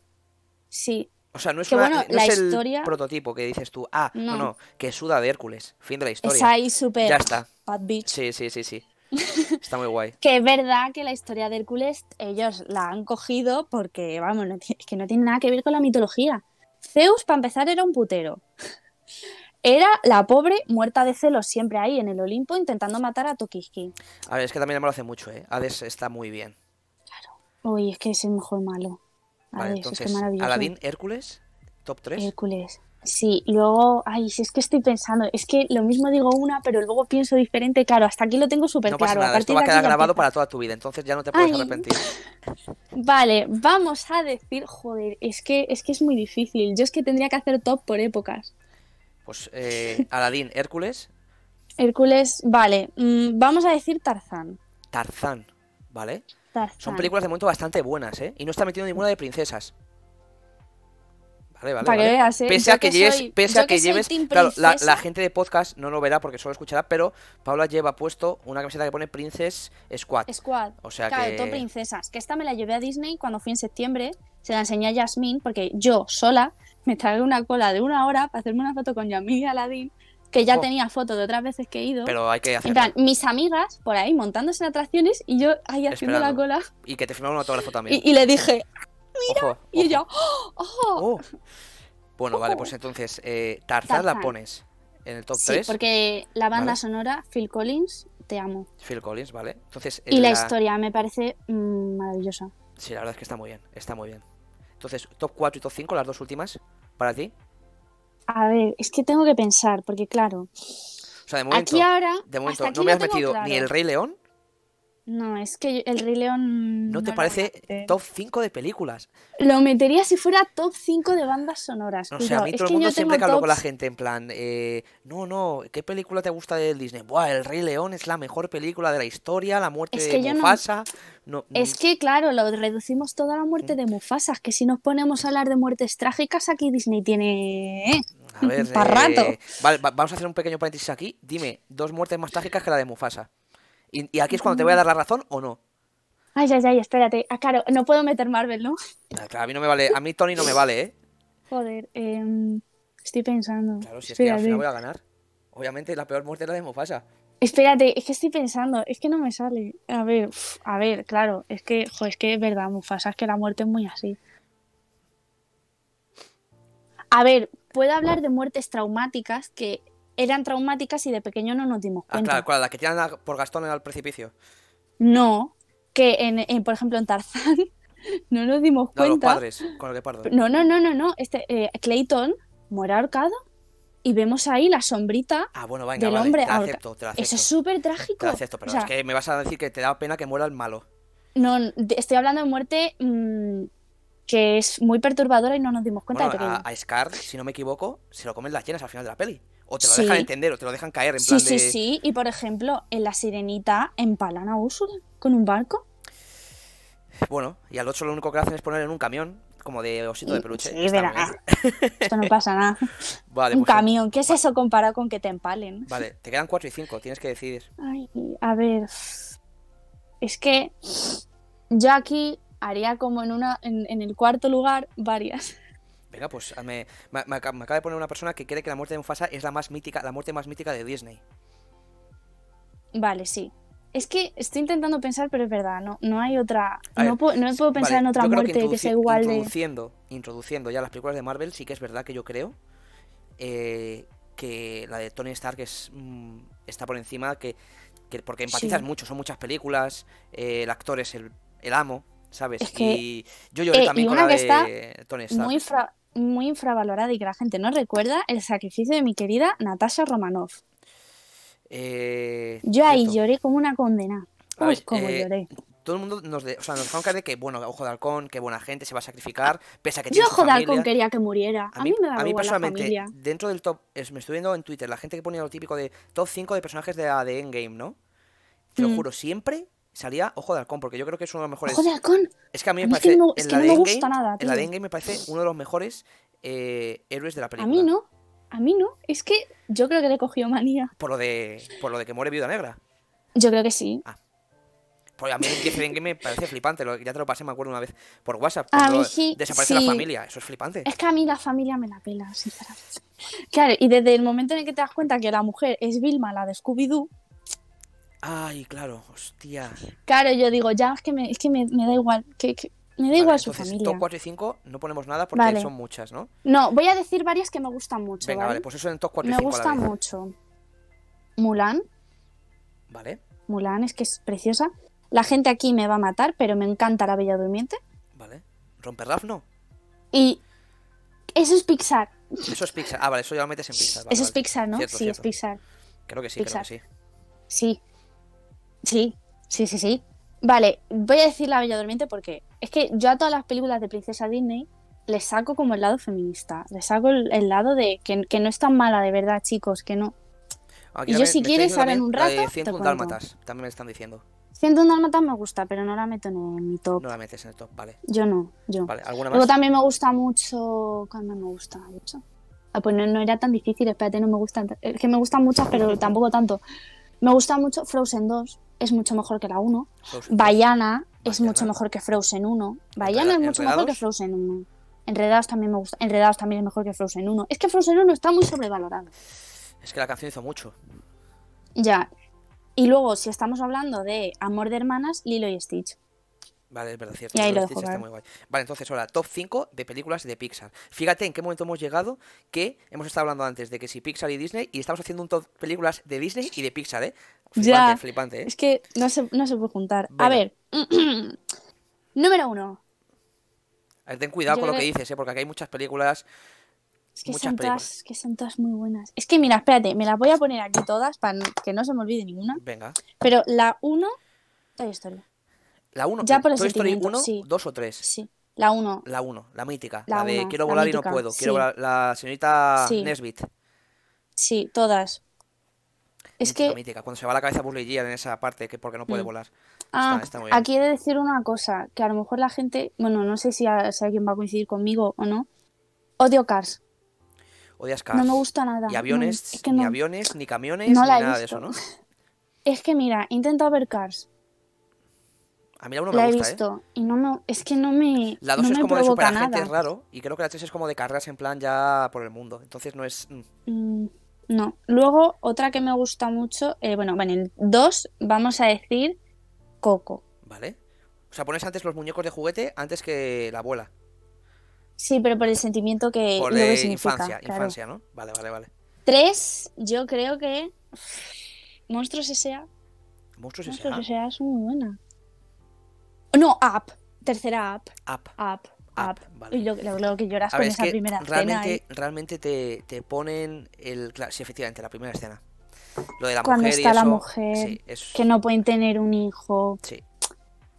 Sí, O sea, no es, Que una- bueno, no la es el historia- prototipo que dices tú, ah, no, No. no, que suda de Hércules, fin de la es historia. ahí súper. Ya está. Bad bitch. Sí, sí, sí, (laughs) sí. Está muy guay. Que es verdad que la historia de Hércules ellos la han cogido porque, vamos, no ti- es que no tiene nada que ver con la mitología. Zeus, para empezar, era un putero. Era la pobre muerta de celos siempre ahí en el Olimpo intentando matar a Tokiski. A ver, es que también me lo hace mucho, ¿eh? Hades está muy bien. Uy, es que es el mejor malo. A Vale, ver, eso entonces, es que maravilloso. Eh, Aladdin, Hércules, top 3. Hércules. Sí, y luego, ay, si es que estoy pensando, es que lo mismo digo una, pero luego pienso diferente. Claro, hasta aquí lo tengo súper no pasa claro. nada, esto partir va a de quedar aquí ya grabado empieza. para toda tu vida, entonces ya no te puedes Ay. arrepentir. Vale, vamos a decir, joder, es que es que es muy difícil. Yo es que tendría que hacer top por épocas. Pues (laughs) eh, Aladín, Hércules, Hércules, vale, mm, vamos a decir Tarzán. Tarzán, ¿vale? Tarzán. Son películas de momento bastante buenas, ¿eh? Y no está metiendo ninguna de princesas. Vale, vale, Para que vale. veas, ¿eh? Pese Yo a que, que lleves, soy- pese yo a que, que soy lleves, team claro, la, princesa. la gente de podcast no lo verá porque solo escuchará, pero Paula lleva puesto una camiseta que pone Princess Squad. Squad. O sea claro, que- top princesas. Que esta me la llevé a Disney cuando fui en septiembre. Se la enseñé a Yasmín porque yo sola me tragué una cola de una hora para hacerme una foto con Yasmín y Aladdin, que ya Jo. tenía foto de otras veces que he ido. Pero hay que en hacerla. plan, mis amigas por ahí montándose en atracciones y yo ahí haciendo la Esperando. cola. Y que te firmaron un autógrafo también. Y, y le dije, Ojo, y ojo. yo, ¡oh! oh". Oh. Bueno, vale, Ojo. pues entonces, eh, Tarzán, la Tarzán. pones en el top Sí, 3. porque la banda Vale. sonora, Phil Collins, te amo. Phil Collins, ¿vale? Entonces, Y en la historia me parece mm, maravillosa. Sí, la verdad es que está muy bien, está muy bien. Entonces, top 4 y top 5, las dos últimas, para ti. A ver, es que tengo que pensar, porque O claro, sea, de momento, aquí ahora, de momento hasta aquí no me lo has tengo metido ni claro. el Rey León, No, es que yo- el Rey León... ¿no te lo parece voy a meter. top 5 de películas? Lo metería si fuera top 5 de bandas sonoras. No sé, a cuidado, mí es todo el que mundo yo siempre que tengo hablo con la tops- gente, en plan, eh, no, no, ¿qué película te gusta de Disney? Buah, el Rey León es la mejor película de la historia, la muerte Es de que yo no- Mufasa. No, Es que claro, lo reducimos toda la Mm. muerte de Mufasa, es que si nos ponemos a hablar de muertes trágicas, aquí Disney tiene... ¿eh? a (laughs) ver, eh, pa' rato. Vale, va- vamos a hacer un pequeño paréntesis aquí. Dime, dos muertes más trágicas que la de Mufasa. Y, y aquí es cuando te voy a dar la razón o no. Ay, ay, ay, espérate. Ah, claro, no puedo meter Marvel, ¿no? Ah, claro, a mí no me vale, a mí Tony no me vale, ¿eh? Joder, em, estoy pensando. Claro, si es que al espérate. final voy a ganar. Obviamente la peor muerte es la de Mufasa. Espérate, es que estoy pensando, es que no me sale. A ver, uf, a ver, claro, es que, jo, es que es verdad, Mufasa, es que la muerte es muy así. A ver, puedo hablar de muertes traumáticas que eran traumáticas y de pequeño no nos dimos Ah, cuenta. claro, claro, la que tiran a- por Gastón al precipicio. No, que en, en, por ejemplo en Tarzán (laughs) no nos dimos No, los cuenta. padres, con el guepardo. No, no, no, no, no. Este, eh, Clayton muere ahorcado y vemos ahí la sombrita. Ah, bueno, venga, del vale, hombre te la ahorca- acepto, te la acepto. Eso es súper Te trágico. la acepto, pero O sea, es que me vas a decir que te da pena que muera el malo. No, de- estoy hablando de muerte mm, que es muy perturbadora y no nos dimos cuenta Bueno, de pequeño. a, a Scar, si no me equivoco, se lo comen las llenas al final de la peli. O te lo Sí. dejan entender, o te lo dejan caer en sí, plan sí, de... sí. Y por ejemplo, en La Sirenita empalan a Úrsula con un barco. Bueno, y al 8 lo único que hacen es poner en un camión, como de osito de peluche. Sí, Está verá. muy (laughs) bien. Esto no pasa nada. (laughs) Vale, un pues, camión, ¿qué es eso comparado con que te empalen? Vale, te quedan 4 y 5, tienes que decidir. Ay, a ver. Es que yo aquí haría como en una en, en el cuarto lugar varias. (laughs) Venga, pues me, me- me aca- me acaba de poner una persona que cree que la muerte de Mufasa es la más mítica, la muerte más mítica de Disney. Vale, sí. Es que estoy intentando pensar, pero es verdad, no, no hay otra. A ver, no, puedo, no puedo pensar Vale, en otra yo creo muerte que, introduci- sea igual de. Introduciendo, introduciendo ya las películas de Marvel, sí que es verdad que yo creo eh, que la de Tony Stark es mm, está por encima, que, que porque empatizas Sí. mucho, son muchas películas, eh, el actor es el, el amo, ¿sabes? Es que- y yo lloré eh, y también con una la que de Tony Stark. Muy, infra- muy infravalorada y que la gente no recuerda el sacrificio de mi querida Natasha Romanoff. Eh, Yo ahí cierto. lloré como una condena. A Uy, ver, cómo eh, lloré. Todo el mundo nos, de, o sea, nos dejaron caer de que, bueno, ojo de halcón, que buena gente, se va a sacrificar, pese a que Yo tiene su joder familia. con quería que muriera. A mí, me da igual la personalmente, familia. dentro del top, es- me estoy viendo en Twitter la gente que ponía lo típico de top 5 de personajes de, de Endgame, ¿no? Te lo Mm. juro, siempre salía Ojo de Halcón, porque yo creo que es uno de los mejores. Ojo de halcón. Es que a mí a me mí es que parece. no- es en que la no de me gusta Endgame- nada, En la de tío. Endgame me parece uno de los mejores eh, héroes de la A película. mí no. A mí no. Es que yo creo que le cogió manía. Por lo de, por lo de que muere Viuda Negra. Yo creo que sí. Porque a mí el inicio de Endgame me parece flipante. lo- ya te lo pasé, me acuerdo una vez por WhatsApp. A cuando mí sí- desaparece sí. la familia. Eso es flipante. Es que a mí la familia me la pela, sinceramente. Claro, y desde el momento en el que te das cuenta que la mujer es Vilma, la de Scooby-Doo, Ay, claro, hostia. Vale, claro, yo digo, ya, es que me, es que me, me da igual. Que, que- me da igual su entonces, familia. Top 4 y 5 no ponemos nada porque Vale. son muchas, ¿no? No, voy a decir varias que me gustan mucho, Venga, ¿vale? vale, pues eso en top 4 y me 5 a gusta la vez. mucho. Mulan. Vale, Mulan, es que es preciosa. La gente aquí me va a matar, pero me encanta La Bella Durmiente. vale. ¿Romperraf no? Y eso es Pixar. Eso es Pixar. Ah, vale, eso ya lo metes en Pixar. vale, eso es vale. Pixar, ¿no? Cierto, sí, cierto. es Pixar. Creo que sí, Pixar. creo que sí. Sí. Sí, sí, sí, sí. Vale, voy a decir La Bella Durmiente porque es que yo a todas las películas de Princesa Disney les saco como el lado feminista. Les saco el, el lado de que, que no es tan mala de verdad, chicos, que no. Aquí Y también yo, si me está quieres, diciendo ahora en también un la de rato, te 101 cuento. dálmatas. También me están diciendo. Siento un Dálmatas me gusta, pero no la meto en mi top. No la metes en el top, vale. Yo no, yo. Vale, ¿alguna Luego más? también me gusta mucho. ¿Cuál más me gusta mucho? Ah, pues no, no era tan difícil, espérate, no me gustan. t- Es que me gustan muchas, pero tampoco tanto. Me gusta mucho Frozen 2, es mucho mejor que la 1. Frozen dos. Bayana es Bayana. mucho mejor que Frozen 1. Bayana es Enreda- mucho mejor que ¿Enredados? Frozen 1. Enredados también me gusta. Enredados también es mejor que Frozen 1. Es que Frozen 1 está muy sobrevalorado. Es que la canción hizo mucho. Ya. Y luego, si estamos hablando de amor de hermanas, Lilo y Stitch. Vale, es verdad, cierto. Y ahí Lilo lo Stitch dejo, está claro. muy guay. Vale, entonces ahora, top 5 de películas de Pixar. Fíjate en qué momento hemos llegado que hemos estado hablando antes de que si Pixar y Disney y estamos haciendo un top películas de Disney y de Pixar, ¿eh? Flipante, Ya. flipante, ¿eh? Es que no se, no se puede juntar. Venga. A ver. (clears throat) Número 1. Eh, Ten cuidado Yo con lo creo que que- dices, ¿eh? Porque aquí hay muchas películas. Es que Muchas son películas. todas, que son todas muy buenas. Es que mira, espérate, me las voy a poner aquí todas para que no se me olvide ninguna. Venga. Pero la 1, Toy Story. La 1, Ya por el Toy Story sentimiento, 1, sí. 2 o 3. Sí, la 1. La 1, la mítica. La, La de uno, quiero la volar y no mítica, puedo. Quiero sí. volar, la señorita Sí. Nesbit. Sí, todas. Es Mítica, que mítica. Cuando se va la cabeza Burley G en esa parte, que porque no puede Mm. volar. ah, está- está muy bien. aquí he de decir una cosa, que a lo mejor la gente, bueno, no sé si, a- si alguien va a coincidir conmigo o no. Odio Cars. Odias Cars. No me gusta nada. Y no, aviones, es que ni no. aviones, ni camiones, No ni la he nada de visto. eso, ¿no? Es que mira, he intentado ver Cars. A mí la 1 la me he gusta, ¿eh? visto y no me, es que no me La 2 no es me como de provoca superagente, es nada. raro. Y creo que la 3 es como de carreras en plan ya por el mundo. Entonces no es. mm, Mm, No. Luego, otra que me gusta mucho, eh, bueno, bueno, el 2 vamos a decir Coco. ¿Vale? O sea, pones antes los muñecos de juguete antes que la abuela. Sí, pero por el sentimiento que Por lo que eh, significa. infancia, claro. infancia, ¿no? Vale, vale, vale. Tres, yo creo que Monstruos S.A. Monstruos Monstruos S.A. S.A. es muy buena. No, Up. Tercera Up. Up. Up. Up, Up. vale. Y lo, lo- lo que lloras A con ver, es esa que primera escena. realmente, ¿eh? realmente te, te ponen el. Claro, sí, efectivamente, la primera escena. Lo de la Cuando mujer y está la eso, mujer, Sí, es- Que no pueden tener un hijo, sí,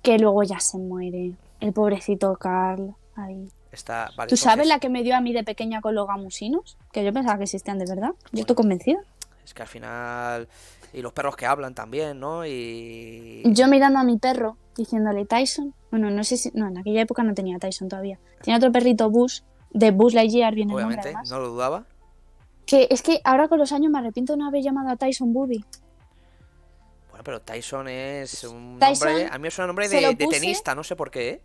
que luego ya se muere. El pobrecito Carl. Ahí. está. Vale, ¿Tú sabes entonces, la que me dio a mí de pequeña con los gamusinos? Que yo pensaba que existían de verdad. Yo estoy Bueno. convencida. Es que al final. Y los perros que hablan también, ¿no? Y. Yo mirando a mi perro, diciéndole Tyson. Bueno, no sé si. No, en aquella época no tenía Tyson todavía. Tenía otro perrito Buzz, de Buzz Lightyear, viene el nombre Obviamente, además. no lo dudaba. Que es que ahora con los años me arrepiento de no haber llamado a Tyson Buddy. Bueno, pero Tyson es un Tyson, nombre. A mí es un nombre se de, lo de puse. tenista, no sé por qué. ¿eh?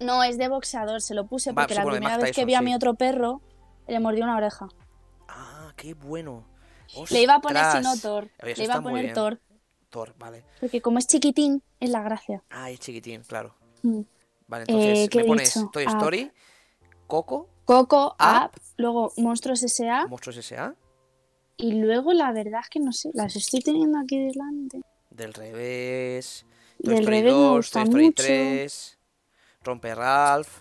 No, es de boxeador, se lo puse Va, porque sí, la bueno, de primera Mike vez que Tyson, vi a sí. mi otro perro le mordió una oreja. Ah, qué bueno. Le iba a poner si no Ostras. Thor. Oye, eso Le iba está a muy poner bien. Thor. Thor, vale. Porque como es chiquitín, es la gracia. Ah, es chiquitín, claro. Mm. Vale, Eh, entonces ¿qué me he pones dicho? Toy Ah. Story, Coco, Coco, Up. Ah. Up, luego Monstruos S.A. Monstruos S.A. Y luego la verdad es que no sé, las estoy teniendo aquí delante. Del revés. Toy Del Story revés me 2, gusta Toy Story mucho. 3, Rompe Ralph.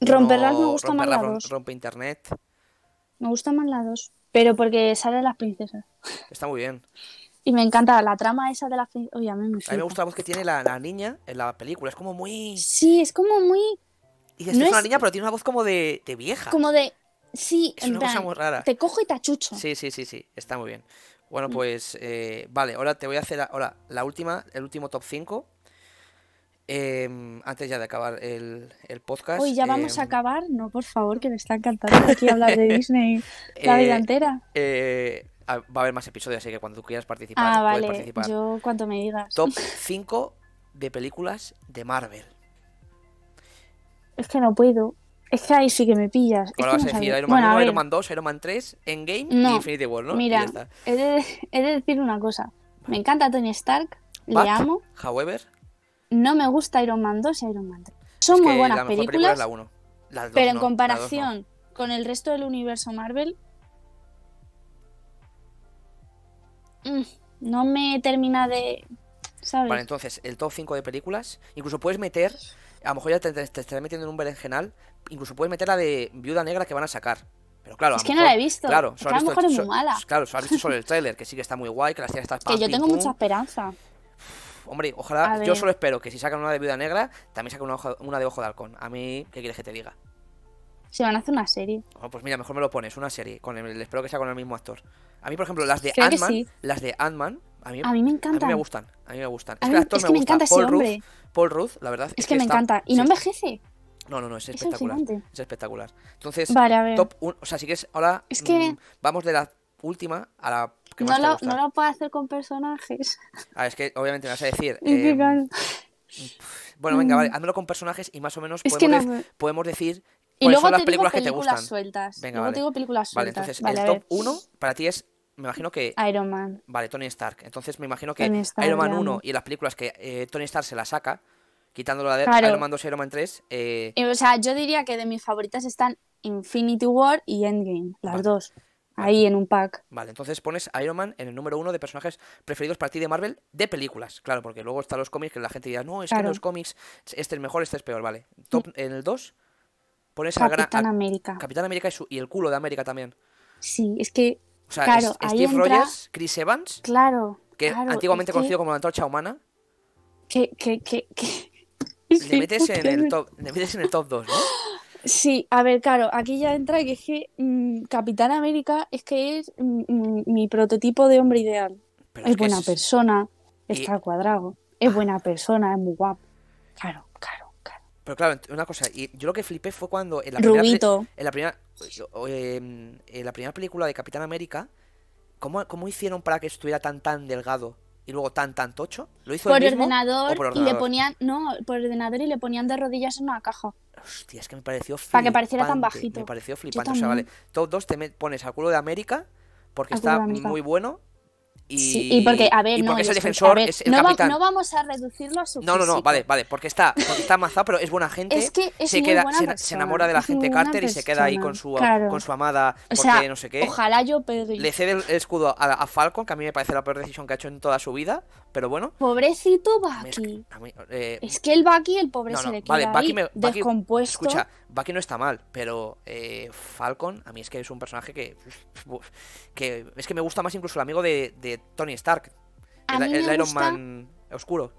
Romper Ralph me no, gusta Rompe más la Ralph, Rom- 2. Rompe Internet. Me gusta más la 2. Pero porque sale las princesas. Está muy bien. Y me encanta la trama esa de las princesas. Oye, a mí me A mí me flipa. gusta la voz que tiene la, la niña en la película. Es como muy. Sí, es como muy. Y dices, No es una es- niña, pero tiene una voz como de, de vieja. Como de. Sí, Es en una cosa plan, muy rara. Te cojo y te achucho. Sí, sí, sí, sí. Está muy bien. Mm. Bueno, pues. eh, vale, ahora te voy a hacer. Ahora, la última, el último top 5. antes ya de acabar el, el podcast. Hoy ya vamos a em, acabar. No, por favor, que me está encantando aquí (laughs) hablar de Disney la vida eh, entera. eh, a- va a haber más episodios, así que cuando tú quieras participar, Ah, puedes vale. participar. Yo, cuanto me digas. Top 5 de películas de Marvel. Es que no puedo. Es que ahí sí que me pillas. Ahora vas a es que no decir sabía. Iron Man Bueno, a 1, ver, Iron Man 2, Iron Man 3, Endgame No, y Infinity War, ¿no? Y mira, ya está. he de, he de decir una cosa. Me encanta Tony Stark, But, le amo. However, No me gusta Iron Man 2 y Iron Man 3. Son es muy que buenas la mejor películas, película es la 1. La dos no, pero en la dos no. comparación con el resto del universo Marvel, mm, no me termina de... ¿Sabes? Vale, entonces, el top 5 de películas, incluso puedes meter, a lo mejor ya te, te, te estaré metiendo en un berenjenal, incluso puedes meter la de Viuda Negra que van a sacar. Pero claro, a Es lo que no mejor- la he visto. Claro, Es solo que has a lo visto- mejor es muy so- mala. Claro, solo has visto solo el tráiler, que sí que está muy guay, que las tías están que yo tengo mucha esperanza. Hombre, ojalá, A yo ver. solo espero que si sacan una de Viuda Negra, también saquen una, hoja- una de Ojo de Halcón. A mí, ¿qué quieres que te diga? Si van a hacer una serie. Oh, pues mira, mejor me lo pones, una serie, con el, espero que sea con el mismo actor. A mí, por ejemplo, las de Creo que Ant-Man, sí. las de Ant-Man, a mí, A mí me a mí encanta. me gustan, a mí me gustan. A Es que mí- el actor es que me me gusta, encanta ese Paul hombre. Ruth, Paul Ruth, la verdad. Es que me está- encanta. Y no sí, envejece. No, no, no, es Es espectacular. alucinante. Es espectacular. Entonces, Vale, a ver. top 1, o sea, si quieres, ahora mm, Es que- vamos de la última a la que No más lo, te gusta. no lo puedo hacer con personajes. Ah, es que obviamente me vas a decir... (laughs) Es que em, claro. Bueno, venga, vale, Mm. házmelo con personajes y más o menos Es podemos, que no de- me- podemos decir Y cuáles luego Pues son las te digo películas que te películas gustan. sueltas. Venga, luego vale. te digo películas Vale, sueltas. Vale, entonces a el ver. top 1 para ti es, me imagino que Iron Man. Vale, Tony Stark. Entonces me imagino que Tony Stark, Iron Man ya 1 no. y las películas que eh, Tony Stark se la saca, quitándolo la de Claro. Iron Man 2 y Iron Man 3, eh, Eh, O sea, yo diría que de mis favoritas están Infinity War y Endgame. Las Vale. dos. Ahí en un pack. vale, entonces pones a Iron Man en el número 1 de personajes preferidos para ti de Marvel de películas. Claro, porque luego están los cómics que la gente dirá, no, es que Claro. los cómics, este es mejor, este es peor, vale. Top, en el 2 pones a, Gran- a Capitán América. Capitán América y, su- y el culo de América también. Sí, es que, O sea, Claro, es- ahí Steve entra- Rogers, Chris Evans, claro. que claro, antiguamente es que- conocido como la antorcha humana, Que, que, que, que- (laughs) le metes en el top, le metes en el top 2, ¿no? Sí, a ver, claro, aquí ya entra que es que mm, Capitán América es que es mm, mm, mi prototipo de hombre ideal. Pero Es que buena persona, y- está cuadrado, es buena persona, es muy guapo. Claro, claro, claro. Pero claro, ent- una cosa, y yo lo que flipé fue cuando en la primera, peli- Rubito. en la primera, o- o, em, en la primera película de Capitán América, ¿cómo, cómo hicieron para que estuviera tan tan delgado y luego tan tan tocho? ¿Lo hizo Por él mismo ordenador, o por y le ordenador? ponían, no, por ordenador y le ponían de rodillas en una caja. Hostia, es que me pareció flipante. Para que pareciera tan bajito. Me pareció Yo flipante. O sea, vale, también. top 2 te me- pones al culo de América porque Al culo está de América. muy bueno y, Sí, y porque, a ver, y no, porque es el disculpa, defensor, a ver, es el no, va- capitán. no vamos a reducirlo a su No, no, no, físico. vale, vale, porque está, porque está amazado, pero es buena gente. Es que es se muy queda, buena se, persona, se enamora de la es gente muy buena Carter y se queda ahí con su, persona, claro. con su amada, O porque sea, no sé qué. ojalá yo, Pedro. Le cede el escudo a, a Falcon, que a mí me parece la peor decisión que ha hecho en toda su vida, pero bueno. Pobrecito a mí es que- Bucky. a mí, eh, Es que el Bucky, el pobre no, se no, le queda vale, Bucky ahí me- Bucky- descompuesto. escucha, Bucky no está mal, pero eh, Falcon, a mí es que es un personaje que, que es que me gusta más incluso el amigo de, de Tony Stark, A el, mí el me Iron gusta- Man oscuro.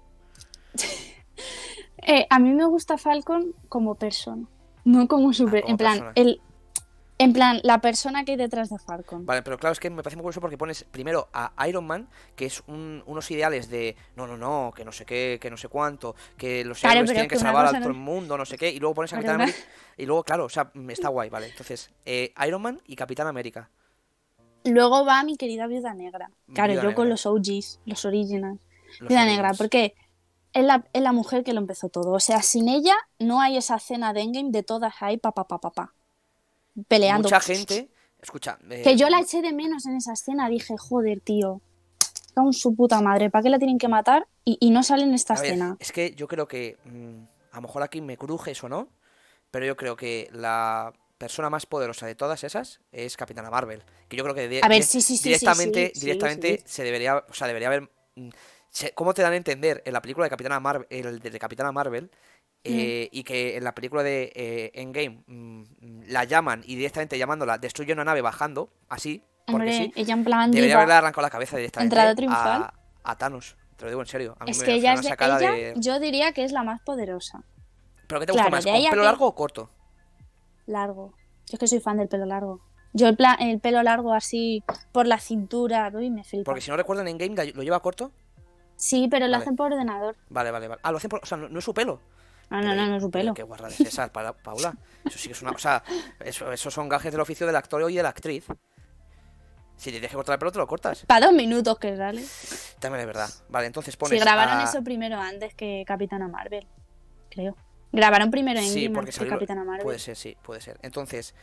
Eh, a mí me gusta Falcon como persona, no como super. Ah, como en plan, persona. el, en plan, la persona que hay detrás de Falcon. Vale, pero claro, es que me parece muy curioso porque pones primero a Iron Man, que es un- unos ideales de no, no, no, que no sé qué, que no sé cuánto, que los Claro, héroes pero tienen que que una salvar a cosa no- todo el mundo, no sé qué, y luego pones a Capitán Perdona. América. Y luego, claro, o sea, mm, está guay, vale. Entonces, eh, Iron Man y Capitán América. Luego va mi querida Viuda Negra. Claro, Viuda yo con Negra. los OGs, los originals. los Viuda Avengers. Negra, porque es la, es la mujer que lo empezó todo. O sea, sin ella no hay esa escena de Endgame de todas ahí, pa, pa, pa, pa, pa, peleando. Mucha gente. Escucha, eh, Que yo la eché de menos en esa escena. Dije, joder, tío. Con su puta madre. ¿Para qué la tienen que matar? Y, y no sale en esta a ver, escena. es que yo creo que mm, a lo mejor aquí me crujes o no, pero yo creo que la persona más poderosa de todas esas es Capitana Marvel. Que yo creo que di- A ver, di- sí, sí, sí, eh, directamente, sí, sí, sí, directamente sí. se debería, o sea, debería haber. mm, se- ¿Cómo te dan a entender en la película de Capitana Marvel, el de Capitana Marvel, eh, y que en la película de eh, Endgame mm, mm, la llaman y directamente llamándola destruye una nave bajando, así, porque Hombre, sí, ella en plan debería diva. haberle arrancado la cabeza directamente Entrada triunfal. a, a Thanos. Te lo digo en serio. A mí Es me que fue ella una es de sacada ella, de- yo diría que es la más poderosa. ¿Pero qué te gusta claro, más? de ¿Con ahí a pelo que- largo o corto? Largo. Yo es que soy fan del pelo largo. Yo el, pla- el pelo largo así por la cintura, uy, me flipa. Porque si no recuerdan en Game lo lleva corto. Sí, pero lo Vale. hacen por ordenador. Vale, vale, vale. Ah, lo hacen por... O sea, no, no es su pelo. Ah, no, Pero- no, no es su pero pelo. Qué guarra es esa, Pa- Paula. Eso sí que es una... O sea, eso, esos son gajes del oficio del actor y de la actriz. Si te tienes que cortar el pelo, te lo cortas. Para dos minutos que sale. También es verdad. Vale, entonces pones Si grabaron a- eso primero antes que Capitana Marvel, creo. Grabaron primero en Sí, porque que salió- pues Capitana Marvel. Puede ser, sí, puede ser. Entonces,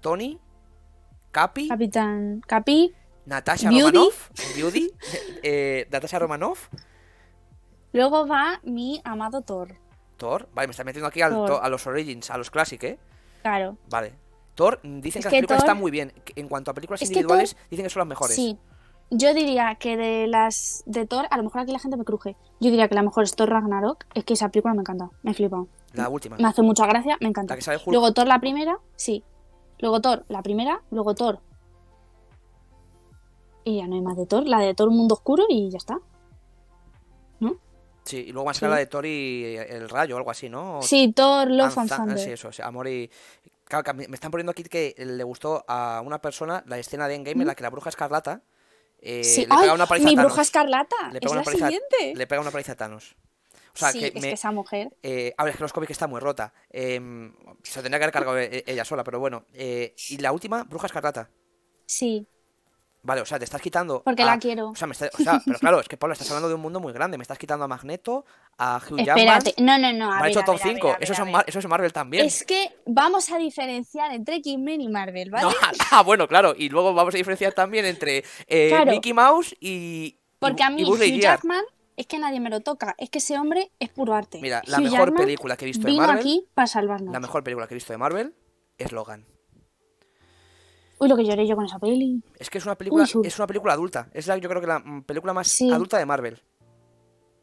Tony, Capi, Capitán Capi, Natasha Beauty. Romanoff, Beauty, (laughs) eh, Natasha Romanoff, luego va mi amado Thor. Thor. Vale, me estás metiendo aquí al Thor. to- a los Origins, a los Classic, ¿eh? Claro. Vale. Thor, mm, dicen Es que las que películas Thor- están muy bien. que En cuanto a películas Es que individuales, dicen que son las mejores. Sí. Yo diría que de las de Thor, a lo mejor aquí la gente me cruje. Yo diría que la mejor es Thor Ragnarok. Es que esa película me encanta. Me he flipado. La última. Me hace mucha gracia, me La encanta. que sale Hulk. Luego Thor la primera, sí. Luego Thor la primera, luego Thor. Y ya no hay más de Thor. La de Thor Mundo Oscuro y ya está. Sí, y luego va a sacar Sí. la de Thor y el rayo o algo así, ¿no? Sí, Thor Love and Anza- ah, Thunder. Oh, sí, eso, sí, amor y... Claro, que a mí- me están poniendo aquí que le gustó a una persona la escena de Endgame en la que la bruja escarlata eh, Sí. le pega ¡Ay! una paliza mi a Thanos. bruja escarlata. Le pega es una la paliza- siguiente. Le pega una paliza a Thanos. O sea, sí, que es me... que esa mujer. eh, a ver, es que los cómics está muy rota. Eh, se tendría que haber cargado e- ella sola, pero bueno. Eh, y la última, bruja escarlata. Sí, Vale, o sea, te estás quitando. porque a- la quiero. O sea, me está- o sea, (laughs) pero claro, es que Pablo, estás hablando de un mundo muy grande. Me estás quitando a Magneto, a Hugh Jackman. Espérate. No, no, no. A me ha ver, hecho a top ver, a ver, 5. a ver, Eso, a son ver. Mar- eso es Marvel también. Es que vamos a diferenciar entre X-Men y Marvel, ¿vale? (laughs) No, (laughs) ah, bueno, claro. Y luego vamos a diferenciar también entre eh, Claro. Mickey Mouse y. y Porque a Bu- y mí Buzz Hugh Lightyear. Jackman es que nadie me lo toca. Es que ese hombre es puro arte. Mira, la Hugh mejor Jackman película que he visto de vino Marvel. aquí para salvarnos. La mejor película que he visto de Marvel es Logan. Uy, lo que lloré yo con esa peli. Es que es una película, Uy, uy. es una película adulta. Es la, yo creo que la mm, película más Sí. adulta de Marvel.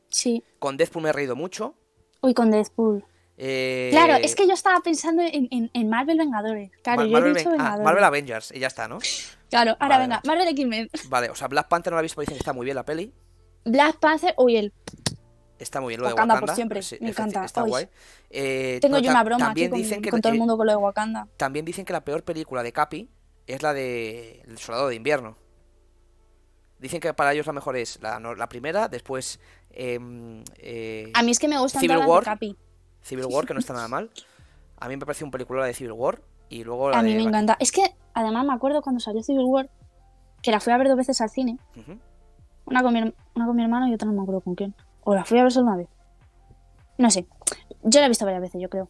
Sí. Con Deadpool me he reído mucho. Uy, con Deadpool. eh, Claro, es que yo estaba pensando en, en- en Marvel Vengadores. Claro, Ma- yo Marvel, he dicho Ven- ah, Vengadores. Marvel Avengers, y ya está, ¿no? Claro, ahora Vale, venga, vale. Marvel X-Men. Vale, o sea, Black Panther no la he visto, pero dicen que está muy bien la peli. Black Panther, uy, el. Está muy bien lo de Wakanda Wakanda. por siempre, efecti- me encanta. Está Uy. guay. Eh, Tengo no, yo ta- una broma aquí también con, dicen que, con todo el eh, mundo con lo de Wakanda. también dicen que la peor película de Capi es la de El Soldado de Invierno. Dicen que para ellos la mejor es la, no- la primera, después em, eh, A mí es que me gustan Civil todas las War. de Capi. Civil War, que no está nada mal. A mí me pareció un película la de Civil War. Y luego la A mí de me Black- encanta. Es que, además, me acuerdo cuando salió Civil War, que la fui a ver dos veces al cine. Ujú. Una con mi, her- una con mi hermano y otra no me acuerdo con quién. O la fui a ver solo una vez. No sé. Yo la he visto varias veces, yo creo.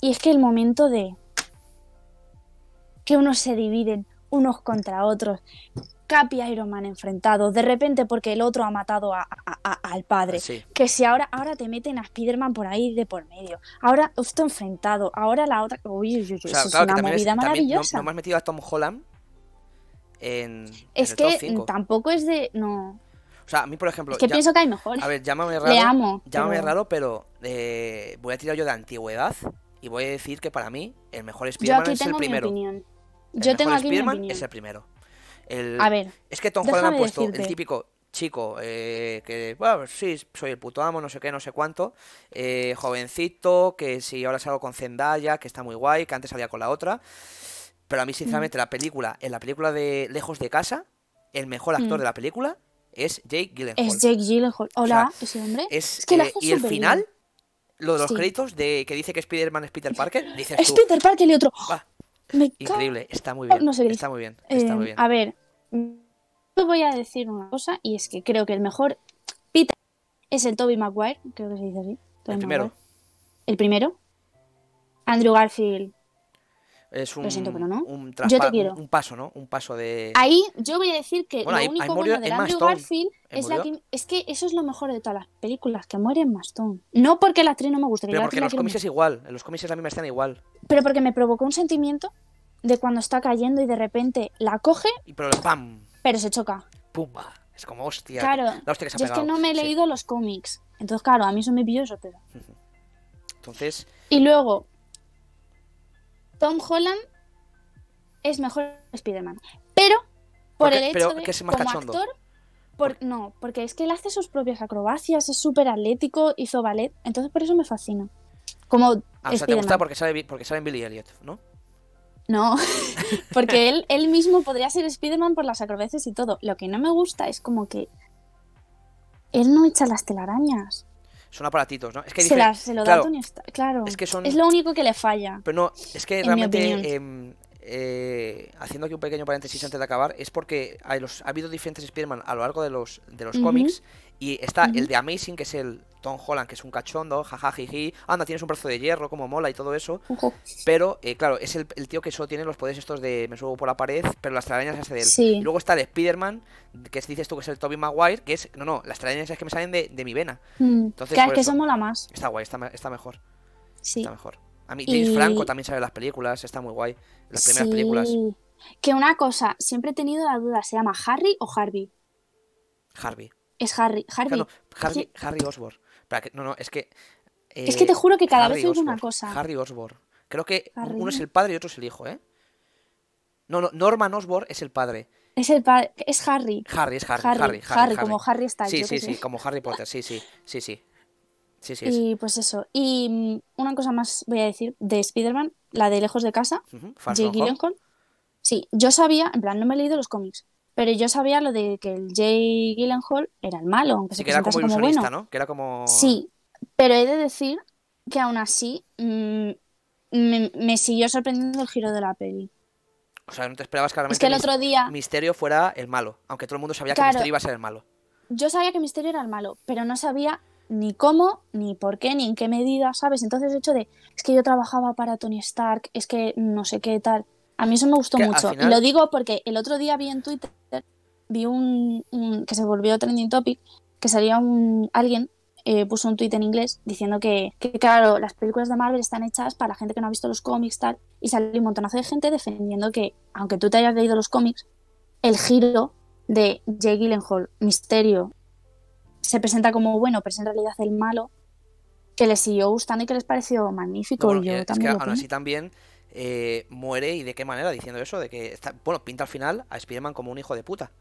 Y es que el momento de que unos se dividen unos contra otros, Capi y Iron Man enfrentados, de repente porque el otro ha matado a- a- a- al padre, Sí. que si ahora, ahora te meten a Spider-Man por ahí de por medio, ahora esto enfrentado, ahora la otra... Uy, uy, uy, O sea, pues eso claro, es que una también, es- movida también no- maravillosa. no, me has metido a Tom Holland en, en es el que top 5. tampoco es de... No, O sea, a mí, por ejemplo, es que ya- pienso que hay mejor. a ver, llámame raro, Le amo. llámame pero- raro, pero eh, voy a tirar yo de antigüedad y voy a decir que para mí el mejor Yo Spider-Man aquí es el tengo mi primero. opinión. El Yo mejor tengo aquí mi Spider-Man opinión. es el primero. El- A ver, es que Tom Holland déjame ha puesto el decirte. típico chico eh, que, bueno, sí, soy el puto amo, no sé qué, no sé cuánto, eh, jovencito, que si ahora salgo con Zendaya, que está muy guay, que antes salía con la otra. Pero a mí, Mm. sinceramente, la película, en la película de Lejos de Casa, el mejor actor Mm. de la película es Jake Gyllenhaal. es Jake Gyllenhaal. Hola, ese hombre. Es, que lo eh, hace y el superbién. final, lo de los Sí. créditos de que dice que Spider-Man es Peter Parker, dices Es tú, Peter Parker y otro. "Buah, Me cago- increíble, está muy bien, No sé qué está muy bien, Eh, está muy bien. A ver, yo voy a decir una cosa y es que creo que el mejor Peter es el Toby Maguire, creo que se dice así. Tobey El primero. Maguire. El primero. Andrew Garfield. Es un, Lo siento, pero no. un, te traspa- quiero. Ah, un paso, ¿no? Un paso de... Ahí yo voy a decir que Eh, Bueno, lo ahí- ahí único murió bueno de Emma Andrew Stone. Garfield es, murió. la que, es que eso es lo mejor de todas las películas, que muere Emma Stone. No porque la actriz no me guste, que yo Pero la porque actriz en la los quiero cómics es igual, en los cómics es la misma escena igual. mucho, pero porque me provocó un sentimiento de cuando está cayendo y de repente la coge, Y pero ¡pam! pero se choca. ¡Pumba! Es como hostia. Claro. La hostia que se ha Yo es pegado. que no me he Sí. leído los cómics. Entonces, claro, a mí eso me pilló eso, pero... Entonces, Y luego, Tom Holland es mejor Spider-Man. Pero, por Porque- el hecho pero de, que es más como cachondo. actor, por- no, porque es que él hace sus propias acrobacias, es súper atlético, hizo ballet, entonces por eso me fascina. Como ah, o sea, te Spider-Man. gusta porque sale, Bi- porque sale en Billy Elliot, ¿no? No, (laughs) porque él, él mismo podría ser Spider-Man por las acrobacias y todo. Lo que no me gusta es como que él no echa las telarañas. Son aparatitos, ¿no? Es que Se, dice- las- se lo da claro, a Tony Stark, Claro. es que son- es lo único que le falla. Pero no, es que en mi realmente, opinión. em, eh, haciendo aquí un pequeño paréntesis antes de acabar, es porque hay los, ha habido diferentes Spider-Man a lo largo de los, de los Ujú. cómics. Y está el Ujú. de Amazing, que es el Tom Holland, que es un cachondo, jajajiji, anda, tienes un brazo de hierro, como mola y todo eso. Ujú. Pero, eh, claro, es el, el tío que solo tiene los poderes estos de me subo por la pared, pero las telarañas hace de él. Sí. Y luego está el Spider-Man, que es- dices tú que es el Tobey Maguire, que es, no, no, las telarañas es que me salen de, de mi vena. Mm, Entonces, claro, por es que eso. eso mola más. Está guay, está, me- está mejor, Sí. está mejor. A mí James Y- Franco también sabe las películas, está muy guay. Las primeras Sí. películas. Que una cosa, siempre he tenido la duda, ¿se llama Harry o Harvey? Harvey. Es Harry. Harvey. Claro, Harvey, Sí. Harry Osborn. Espera, que- no, no, es que... Es que eh, te juro que cada Harry vez oigo una Osborn, cosa. Harry Osborn. Creo que Harry. uno es el padre y otro es el hijo, ¿eh? No, no, Norman Osborn es el padre. Es el padre. Es Harry. Harry es Harry. Harry, Harry, Harry, como Harry Styles. Sí, yo qué sí, sé. sí, como Harry Potter, sí, sí, sí, sí. Sí, sí. es. Y pues eso. Y mm, una cosa más voy a decir de Spider-Man, la de Lejos de Casa, Ujú, Far From Jake Home. Gyllenhaal. Sí, yo sabía, en plan, no me he leído los cómics, pero yo sabía lo de que el Jake Gyllenhaal era el malo, aunque Sí, se que era como presentase como bueno. ilusionista, ¿no? Que era como. Sí, pero he de decir que aún así mm, me, me siguió sorprendiendo el giro de la peli. O sea, no te esperabas claramente Es que el Mis- otro día Misterio fuera el malo. Aunque todo el mundo sabía que Claro. Misterio iba a ser el malo. yo sabía que Misterio era el malo, pero no sabía ni cómo, ni por qué, ni en qué medida, ¿sabes? Entonces el hecho de, es que yo trabajaba para Tony Stark, es que no sé qué tal. A mí eso me gustó Que al mucho. final- Y lo digo porque el otro día vi en Twitter, vi un, un- que se volvió trending topic, que salía un alguien, eh, puso un tweet en inglés diciendo que, que, claro, las películas de Marvel están hechas para la gente que no ha visto los cómics, tal, y salió un montonazo de gente defendiendo que, aunque tú te hayas leído los cómics, el giro de Jake Gyllenhaal, Misterio, se presenta como bueno, pero es en realidad el malo, que les siguió gustando y que les pareció magnífico. Bueno, y y yo eh, es que también lo aún opino. así también eh, muere y de qué manera diciendo eso. De que está- bueno, pinta al final a Spider-Man como un hijo de puta.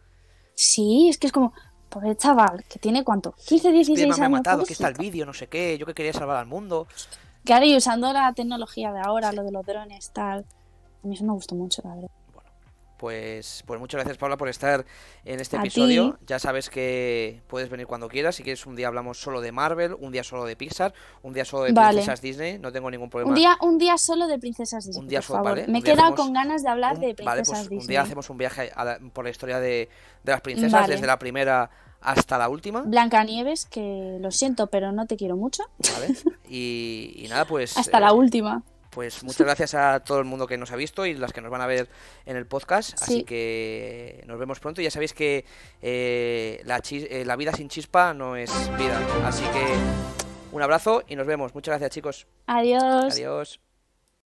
Sí, es que es como, pobre chaval, que tiene cuánto, 15, 16 Spider-Man años. me ha matado, aquí está el pobrecito. vídeo, no sé qué. Yo que quería salvar al mundo. Claro, y usando la tecnología de ahora, lo de los drones, tal. A mí eso me gustó mucho, la verdad. Pues, pues muchas gracias Paula por estar en este A episodio. Ya sabes que puedes venir cuando quieras. Si quieres un día hablamos solo de Marvel, un día solo de Pixar, un día solo de Vale. princesas Disney. No tengo ningún problema. Un día, un día solo de Princesas Disney, Pues Un día por solo, favor. vale, Me un he día quedado hacemos con ganas de hablar Un- de vale, Princesas pues un Disney. día hacemos un viaje a la- por la historia de, de las princesas, Vale. desde la primera hasta la última. Blancanieves, que lo siento, pero no te quiero mucho. ¿vale? (laughs) Y, y nada, pues, Hasta eh, la última. pues muchas gracias a todo el mundo que nos ha visto y las que nos van a ver en el podcast. Así Sí. que nos vemos pronto. Ya sabéis que eh, la, chis- eh, la vida sin chispa no es vida. Así que un abrazo y nos vemos. Muchas gracias chicos. Adiós.